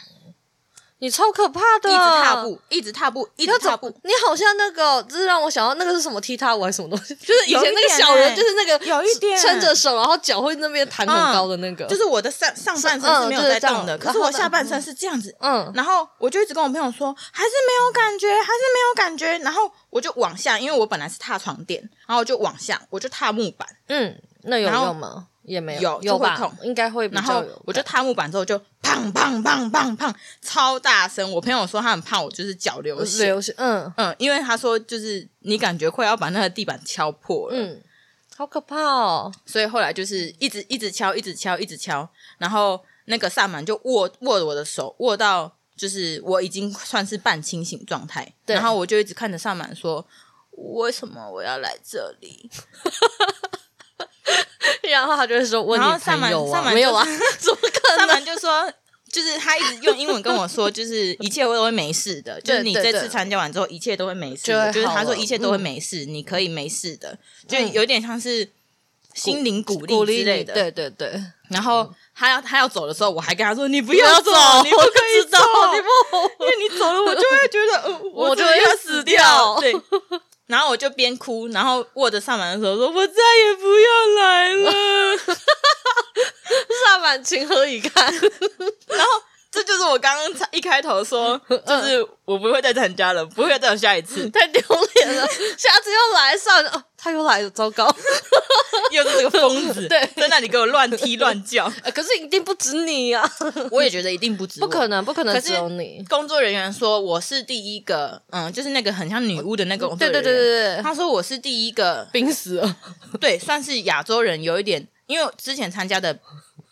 [SPEAKER 1] 你超可怕的，
[SPEAKER 3] 一直踏。步，一直踏步，一
[SPEAKER 1] 嗯你要
[SPEAKER 3] 直
[SPEAKER 1] 怎
[SPEAKER 3] 踏
[SPEAKER 1] 么
[SPEAKER 3] 步，？
[SPEAKER 1] 你好像那个，就是让我想到那个是什么踢踏舞还是什么东西？就是以
[SPEAKER 3] 有
[SPEAKER 1] 前
[SPEAKER 3] 一
[SPEAKER 1] 那个
[SPEAKER 3] 点
[SPEAKER 1] 小人，
[SPEAKER 3] 欸
[SPEAKER 1] 就是那个
[SPEAKER 3] 有一点
[SPEAKER 1] 撑着手，然后脚会那边弹很高的那个，
[SPEAKER 3] 嗯就是我的上上半身是没
[SPEAKER 1] 嗯就
[SPEAKER 3] 有
[SPEAKER 1] 是
[SPEAKER 3] 在
[SPEAKER 1] 这样
[SPEAKER 3] 动的，可
[SPEAKER 1] 然
[SPEAKER 3] 是
[SPEAKER 1] 后
[SPEAKER 3] 我下半身是这样子，
[SPEAKER 1] 嗯
[SPEAKER 3] 然后我就一直跟我朋友说，还是没有感觉，还是没有感觉。然后我就往下，因为我本来是踏床垫，然后我就往下，我就踏木板，
[SPEAKER 1] 嗯，那有
[SPEAKER 3] 然后
[SPEAKER 1] 用吗？也没
[SPEAKER 3] 有
[SPEAKER 1] 有
[SPEAKER 3] 就会
[SPEAKER 1] 吧
[SPEAKER 3] 痛，
[SPEAKER 1] 应该会比
[SPEAKER 3] 然
[SPEAKER 1] 较
[SPEAKER 3] 后
[SPEAKER 1] 有。
[SPEAKER 3] 我就，踏木板之后就砰砰砰砰砰，超大声。我朋友说他很怕我就是脚流血，
[SPEAKER 1] 流血，嗯
[SPEAKER 3] 嗯，因为他说就是你感觉快要把那个地板敲破了，
[SPEAKER 1] 嗯，好可怕哦，
[SPEAKER 3] 所以后来就是一直一直敲，一直敲，一直敲，然后那个萨满就握握我的手，握到就是我已经算是半清醒状态，
[SPEAKER 1] 对
[SPEAKER 3] 然后我就一直看着萨满说。为什么我要来这里？
[SPEAKER 1] 然后他就会说问
[SPEAKER 3] 然
[SPEAKER 1] 你
[SPEAKER 3] 后萨
[SPEAKER 1] 朋
[SPEAKER 3] 满
[SPEAKER 1] 友
[SPEAKER 3] 萨
[SPEAKER 1] 啊，
[SPEAKER 3] 满
[SPEAKER 1] 没有啊 怎
[SPEAKER 3] 就，
[SPEAKER 1] 么可
[SPEAKER 3] 萨
[SPEAKER 1] 能？
[SPEAKER 3] 满就说，就是他一直用英文跟我说，就是一切都会没事的，就是你
[SPEAKER 1] 对对
[SPEAKER 3] 这次参加完之后，一切都会没事
[SPEAKER 1] 就会
[SPEAKER 3] 的。
[SPEAKER 1] 好
[SPEAKER 3] 就是他说
[SPEAKER 1] 了嗯
[SPEAKER 3] 一切都会没事，你可以没事的，就有点像是心灵鼓
[SPEAKER 1] 嗯鼓
[SPEAKER 3] 励
[SPEAKER 1] 励
[SPEAKER 3] 之类
[SPEAKER 1] 你，
[SPEAKER 3] 的。
[SPEAKER 1] 对对对，
[SPEAKER 3] 然后他要他要走的时候，我还跟他说：“你不
[SPEAKER 1] 不
[SPEAKER 3] 要走，你
[SPEAKER 1] 嗯
[SPEAKER 3] 不
[SPEAKER 1] 我
[SPEAKER 3] 可以
[SPEAKER 1] 知道，你
[SPEAKER 3] 因
[SPEAKER 1] 不，
[SPEAKER 3] 为你走了，我就会觉 得，呃、
[SPEAKER 1] 我
[SPEAKER 3] 真
[SPEAKER 1] 就
[SPEAKER 3] 的
[SPEAKER 1] 会
[SPEAKER 3] 要
[SPEAKER 1] 死
[SPEAKER 3] 死
[SPEAKER 1] 掉
[SPEAKER 3] 对，然后我就边哭，然后握着上满的手说：“我再也不 要来了。
[SPEAKER 1] 萨满情何以堪？”，
[SPEAKER 3] 然后。
[SPEAKER 2] 这就是我刚刚一开头说，就是我不会再参加了，不会再有下一次
[SPEAKER 1] 嗯 太丢脸 了，下次又来上哦，他又来了，糟糕！
[SPEAKER 2] 又是这个疯子，
[SPEAKER 1] 对
[SPEAKER 2] 在那里给我乱踢乱 叫。
[SPEAKER 1] 呃可是一定不止你啊，
[SPEAKER 3] 我也觉得一定不止，
[SPEAKER 1] 不可。能，不可能
[SPEAKER 3] 可是
[SPEAKER 1] 只有你。
[SPEAKER 3] 工作人员说我是第一个，嗯，就是那个很像女巫的那个工作
[SPEAKER 1] 对
[SPEAKER 3] 人
[SPEAKER 1] 对
[SPEAKER 3] 员。
[SPEAKER 1] 对对对，
[SPEAKER 3] 他说我是第一个，
[SPEAKER 1] 冰死了。
[SPEAKER 3] 对，算是亚洲人，有一点，因为之前参加的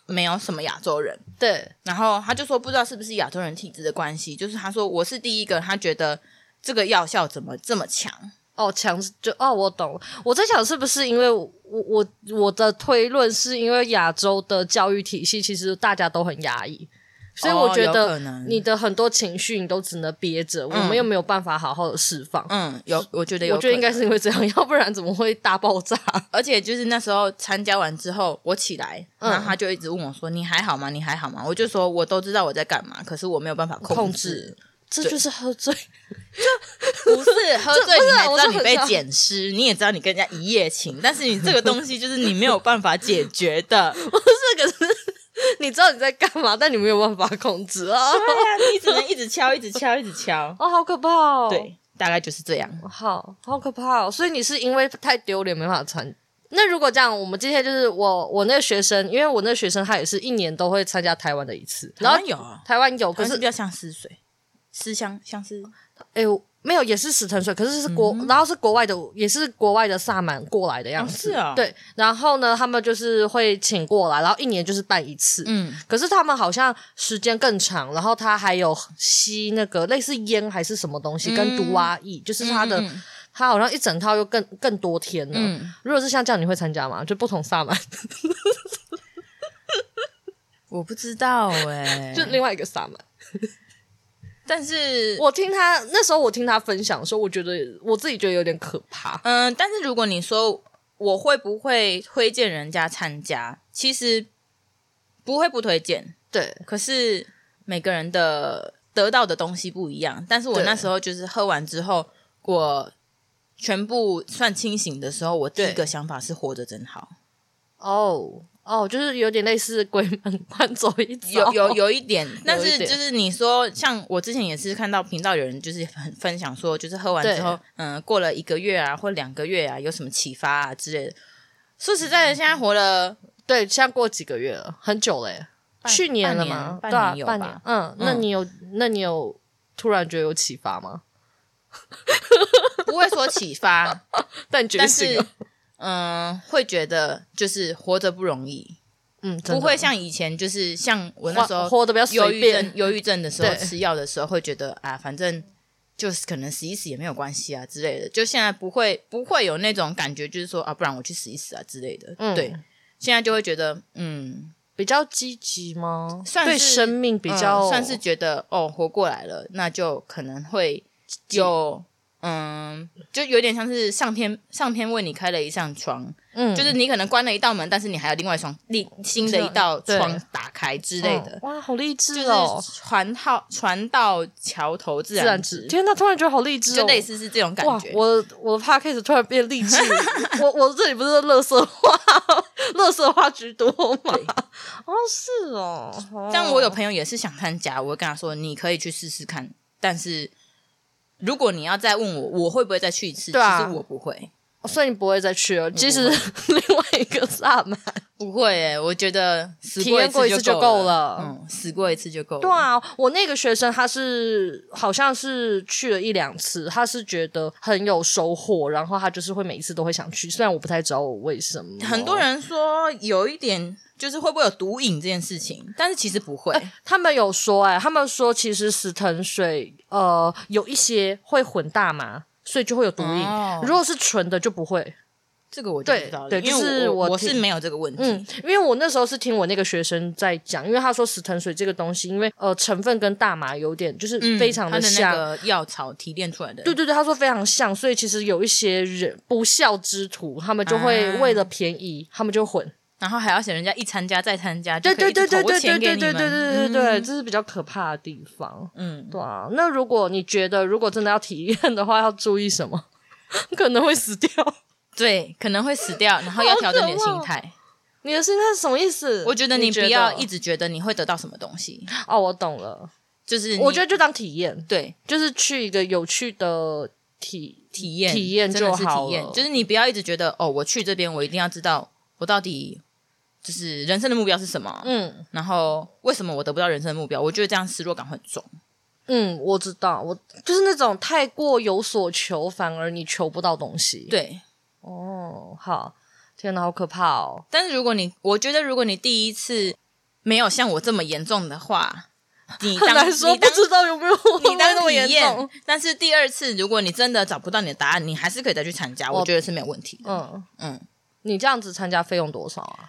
[SPEAKER 3] 没有什么亚洲人，
[SPEAKER 1] 对，
[SPEAKER 3] 然后他就说不知道是不是亚洲人体质的关系，就是他说我是第一个，他觉得这个药效怎么这么强？
[SPEAKER 1] 哦，强制就哦，我懂了。我在想是不是因为我我我的推论是因为亚洲的教育体系其实大家都很压抑，所以
[SPEAKER 3] 哦
[SPEAKER 1] 我觉
[SPEAKER 3] 有
[SPEAKER 1] 得
[SPEAKER 3] 可能
[SPEAKER 1] 你的很多情绪你都只能憋着，我们又没有办法好好的释放。
[SPEAKER 3] 嗯，有，我觉得有，
[SPEAKER 1] 我觉得应该，是因为这样，要不然怎么会大爆炸？
[SPEAKER 3] 而且就是那时候参加完之后，我起来，
[SPEAKER 1] 嗯
[SPEAKER 3] 然后他就一直问我说：“你还好吗？你还好吗？”我就说：“我都知道我在干嘛，可是我没有办法控
[SPEAKER 1] 控制这就是喝 醉。
[SPEAKER 3] 不是喝醉，
[SPEAKER 1] 不是
[SPEAKER 3] 呃你还知
[SPEAKER 1] 我是
[SPEAKER 3] 道
[SPEAKER 1] 很
[SPEAKER 3] 你被捡尸，你也知道你跟人家一夜情，但是你这个东西就是你没有办法解决的。
[SPEAKER 1] 不是，可是你知道你在干嘛，但你没有办法控制啊！
[SPEAKER 3] 对呀、你只能一直敲，一直敲，一直敲。
[SPEAKER 1] 哦，好可怕哦！，
[SPEAKER 3] 对，大概就是这样。
[SPEAKER 1] 好好可怕哦！所以你是因为太丢脸没办法参。那如果这样，我们今天就是我我那个学生，因为我那个学生他也是一年都会参加台湾的一次，然后
[SPEAKER 3] 有啊，
[SPEAKER 1] 台湾有，可
[SPEAKER 3] 可是
[SPEAKER 1] 是
[SPEAKER 3] 比较像湿水，湿香相思。
[SPEAKER 1] 哎呦没有，也是死藤水，可是是国，然后是国外的，也是国外的萨满过来的样子，
[SPEAKER 3] 哦是啊
[SPEAKER 1] 对。然后呢，他们就是会请过来，然后一年就是办一次，
[SPEAKER 3] 嗯，
[SPEAKER 1] 可是他们好像时间更长，然后他还有吸那个类似烟还是什么东西，跟毒蛙
[SPEAKER 3] 嗯
[SPEAKER 1] 液，就是他的，他好像一整套又更更多天了。
[SPEAKER 3] 嗯
[SPEAKER 1] 如果是像这样，你会参加吗？就不同萨满，
[SPEAKER 3] 我不知道哎、
[SPEAKER 1] 就另外一个萨满。
[SPEAKER 3] 但是
[SPEAKER 1] 我听他那时候，我听他分享说，我觉得我自己觉得有点可怕。
[SPEAKER 3] 嗯、但是如果你说我会不会推荐人家参加，其实不会不推荐，
[SPEAKER 1] 对，
[SPEAKER 3] 可是每个人的得到的东西不一样。但是我
[SPEAKER 1] 对
[SPEAKER 3] 那时候就是喝完之后，我全部算清醒的时候，我第一
[SPEAKER 1] 对
[SPEAKER 3] 个想法是活着真好。
[SPEAKER 1] 哦哦，就是有点类似鬼门关走一遭，
[SPEAKER 3] 有有有一点， 但
[SPEAKER 1] 有一
[SPEAKER 3] 是
[SPEAKER 1] 点
[SPEAKER 3] 就是你说，像我之前也是看到频道有人就是很分享说，就是喝完
[SPEAKER 1] 对
[SPEAKER 3] 之后，嗯，过了一个月啊，或两个月啊，有什么启发啊之类的。说实
[SPEAKER 1] 嗯
[SPEAKER 3] 在的，现在活了
[SPEAKER 1] 对，现在过几个月了，很久嘞、
[SPEAKER 3] 半
[SPEAKER 1] 去年了吗？
[SPEAKER 3] 半
[SPEAKER 1] 对啊
[SPEAKER 3] 年半年有吧
[SPEAKER 1] 半年。嗯，那你有，那你有突然觉得有启发吗？
[SPEAKER 3] 不会说启发，
[SPEAKER 1] 但觉
[SPEAKER 3] 但
[SPEAKER 1] 醒
[SPEAKER 3] 是
[SPEAKER 1] 了，
[SPEAKER 3] 嗯，会觉得就是活着不容易，
[SPEAKER 1] 嗯，真的
[SPEAKER 3] 不会像以前就是像我那时候
[SPEAKER 1] 活活得比较
[SPEAKER 3] 忧
[SPEAKER 1] 随
[SPEAKER 3] 郁症
[SPEAKER 1] 便，，
[SPEAKER 3] 啊忧郁症的时候
[SPEAKER 1] 对
[SPEAKER 3] 吃药的时候会觉得啊，反正就是可能死一死也没有关系啊之类的。就现在不会不会有那种感觉，就是说啊，不然我去死一死啊之类的。
[SPEAKER 1] 嗯
[SPEAKER 3] 对，现在就会觉得嗯，
[SPEAKER 1] 比较积极吗？
[SPEAKER 3] 算是
[SPEAKER 1] 对生命比较、
[SPEAKER 3] 嗯算是觉得哦，活过来了，那就可能会有嗯，就有点像是上天上天为你开了一扇窗，
[SPEAKER 1] 嗯
[SPEAKER 3] 就是你可能关了一道门，但是你还有另外一双另新的一道
[SPEAKER 1] 对
[SPEAKER 3] 窗打开之
[SPEAKER 1] 之
[SPEAKER 3] 类的。
[SPEAKER 1] 嗯哇，好励志
[SPEAKER 3] 就
[SPEAKER 1] 哦！
[SPEAKER 3] 是船到船到桥头自
[SPEAKER 1] 自
[SPEAKER 3] 然
[SPEAKER 1] 然
[SPEAKER 3] 直
[SPEAKER 1] 直，，天哪，突然觉得好励志哦，
[SPEAKER 3] 就类似是这种感
[SPEAKER 1] 哇
[SPEAKER 3] 觉。！
[SPEAKER 1] 我我的 podcast 突然变励志，我我这里不是乐色话，乐色话居多嘛？哦，是哦，哦
[SPEAKER 3] 但我有朋友也是想参加，我会跟他说你可以去试试看，但是如果你要再问我，我会不会再去一次？
[SPEAKER 1] 对啊
[SPEAKER 3] 其实我不会，
[SPEAKER 1] 所以你不会再去了，即使 另外一个萨满。
[SPEAKER 3] 不会诶、我觉得死
[SPEAKER 1] 体验过
[SPEAKER 3] 过
[SPEAKER 1] 一次
[SPEAKER 3] 就
[SPEAKER 1] 就够
[SPEAKER 3] 了
[SPEAKER 1] 了，
[SPEAKER 3] 嗯，死过一次就够了。
[SPEAKER 1] 对啊，我那个学生他是好像是去了一两次，他是觉得很有收获，然后他就是会每一次都会想去，虽然我不太知道我为什么。
[SPEAKER 3] 很多人说有一点就是会不会有毒瘾这件事情，但是其实不会。
[SPEAKER 1] 他们有说、哎，他们说其实死藤水呃有一些会混大麻，所以就会有毒瘾，
[SPEAKER 3] 哦
[SPEAKER 1] 如果是纯的就不会。
[SPEAKER 3] 这个我就不知道了，
[SPEAKER 1] 对对
[SPEAKER 3] 因为
[SPEAKER 1] 就是
[SPEAKER 3] 我
[SPEAKER 1] 我
[SPEAKER 3] 是
[SPEAKER 1] 听
[SPEAKER 3] 没有这个问题。
[SPEAKER 1] 嗯，因为我那时候是听我那个学生在讲，因为他说死藤水这个东西，因为呃成分跟大麻有点就是
[SPEAKER 3] 嗯
[SPEAKER 1] 非常
[SPEAKER 3] 它的
[SPEAKER 1] 像，
[SPEAKER 3] 那个药草提炼出来的，
[SPEAKER 1] 对对对，他说非常像，所以其实有一些人不孝之徒，他们就会
[SPEAKER 3] 啊
[SPEAKER 1] 为了便宜，他们就混。
[SPEAKER 3] 然后还要写人家一参加再参加，
[SPEAKER 1] 对对对对对
[SPEAKER 3] 就
[SPEAKER 1] 对对
[SPEAKER 3] 可以一直投钱给
[SPEAKER 1] 对对
[SPEAKER 3] 你
[SPEAKER 1] 对
[SPEAKER 3] 们
[SPEAKER 1] 对对对，这是比较可怕的地方。
[SPEAKER 3] 嗯，
[SPEAKER 1] 对啊，那如果你觉得如果真的要体验的话，要注意什么？ 可能会死掉。哦
[SPEAKER 3] 对，可能会死掉，然后要调整点心态。
[SPEAKER 1] 你的心态是什么意思？
[SPEAKER 3] 我觉得你
[SPEAKER 1] 觉
[SPEAKER 3] 不要一直觉得你会得到什么东西，
[SPEAKER 1] 哦，我懂了。
[SPEAKER 3] 就是你
[SPEAKER 1] 我觉得就当体验，
[SPEAKER 3] 对
[SPEAKER 1] 就是去一个有趣的体
[SPEAKER 3] 体验
[SPEAKER 1] 体验
[SPEAKER 3] 真的
[SPEAKER 1] 就是好
[SPEAKER 3] 体验
[SPEAKER 1] 了，
[SPEAKER 3] 就是你不要一直觉得哦，我去这边我一定要知道我到底就是人生的目标是什么，
[SPEAKER 1] 嗯
[SPEAKER 3] 然后为什么我得不到人生的目标？我觉得这样失落感会很重。
[SPEAKER 1] 嗯，我知道，我就是那种太过有所求，反而你求不到东西。，
[SPEAKER 3] 对，
[SPEAKER 1] 哦，好，天哪，好可怕哦！
[SPEAKER 3] 但是如果你，我觉得如果你第一次没有像我这么严重的话，你
[SPEAKER 1] 很
[SPEAKER 3] 当
[SPEAKER 1] 难说，
[SPEAKER 3] 你
[SPEAKER 1] 不
[SPEAKER 3] 当
[SPEAKER 1] 知道有没有
[SPEAKER 3] 你当
[SPEAKER 1] 那么严
[SPEAKER 3] 体验
[SPEAKER 1] 重。，
[SPEAKER 3] 但是第二次，如果你真的找不到你的答案，你还是可以再去参加，
[SPEAKER 1] 我
[SPEAKER 3] 我觉得是没有问题的。
[SPEAKER 1] 嗯
[SPEAKER 3] 嗯，
[SPEAKER 1] 你这样子参加费用多少啊？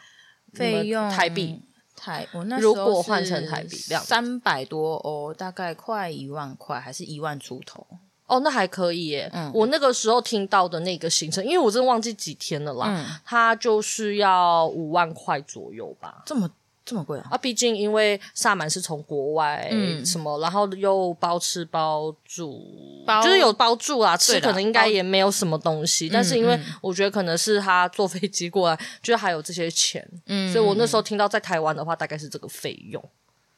[SPEAKER 3] 费用
[SPEAKER 1] 你们台币
[SPEAKER 3] 台，我那
[SPEAKER 1] 如果换成台币两
[SPEAKER 3] 三百多欧，大概快一万块，还是一万出头。
[SPEAKER 1] 哦，那还可以耶。
[SPEAKER 3] 嗯
[SPEAKER 1] 我那个时候听到的那个行程，因为我真的忘记几天了啦，
[SPEAKER 3] 嗯，
[SPEAKER 1] 它就是要五万块左右吧。
[SPEAKER 3] 这么这么贵啊？
[SPEAKER 1] 啊，毕竟因为萨满是从国外
[SPEAKER 3] 嗯
[SPEAKER 1] 什么，然后又包吃包住，
[SPEAKER 3] 包
[SPEAKER 1] 就是有包住啦，吃
[SPEAKER 3] 对啦
[SPEAKER 1] 可能应该也没有什么东西，但是因为
[SPEAKER 3] 嗯
[SPEAKER 1] 我觉得可能是他坐飞机过来， 就是还有这些钱，
[SPEAKER 3] 嗯
[SPEAKER 1] 所以我那时候听到在台湾的话，大概是这个费用。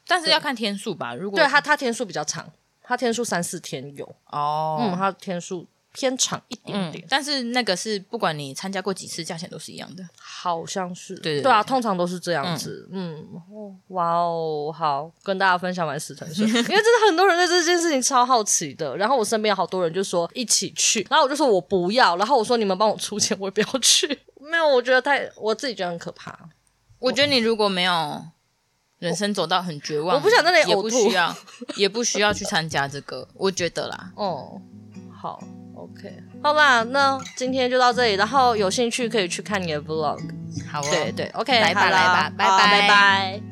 [SPEAKER 3] 但是要看天数吧。如果
[SPEAKER 1] 对他，他天数比较长，他天数三四天有，
[SPEAKER 3] 哦，
[SPEAKER 1] 嗯，他天数偏长一点点
[SPEAKER 3] 嗯，，但是那个是不管你参加过几次，价钱都是一样的。
[SPEAKER 1] 好像是，
[SPEAKER 3] 对对
[SPEAKER 1] 啊，
[SPEAKER 3] 对
[SPEAKER 1] 通常都是这样子，嗯，哦哇哦，好，跟大家分享完死藤 水，因为真的很多人对这件事情超好奇的，然后我身边有好多人就说一起去，然后我就说我不要，然后我说你们帮我出钱，我也不要去， 没有，我觉得太，我自己觉得很可怕，
[SPEAKER 3] 我觉得你如果没有人生走到很绝望，
[SPEAKER 1] 我不想在那里
[SPEAKER 3] 也
[SPEAKER 1] 呕
[SPEAKER 3] 不
[SPEAKER 1] 吐
[SPEAKER 3] 需要，也不需要去参加这个。我觉得啦，
[SPEAKER 1] 哦，好，OK，好啦，那今天就到这里，然后有兴趣可以去看你的 vlog，
[SPEAKER 3] 好哦，
[SPEAKER 1] 对对，OK，
[SPEAKER 3] 来吧
[SPEAKER 1] 好啦
[SPEAKER 3] 来吧拜
[SPEAKER 1] 好
[SPEAKER 3] 拜
[SPEAKER 1] 拜拜。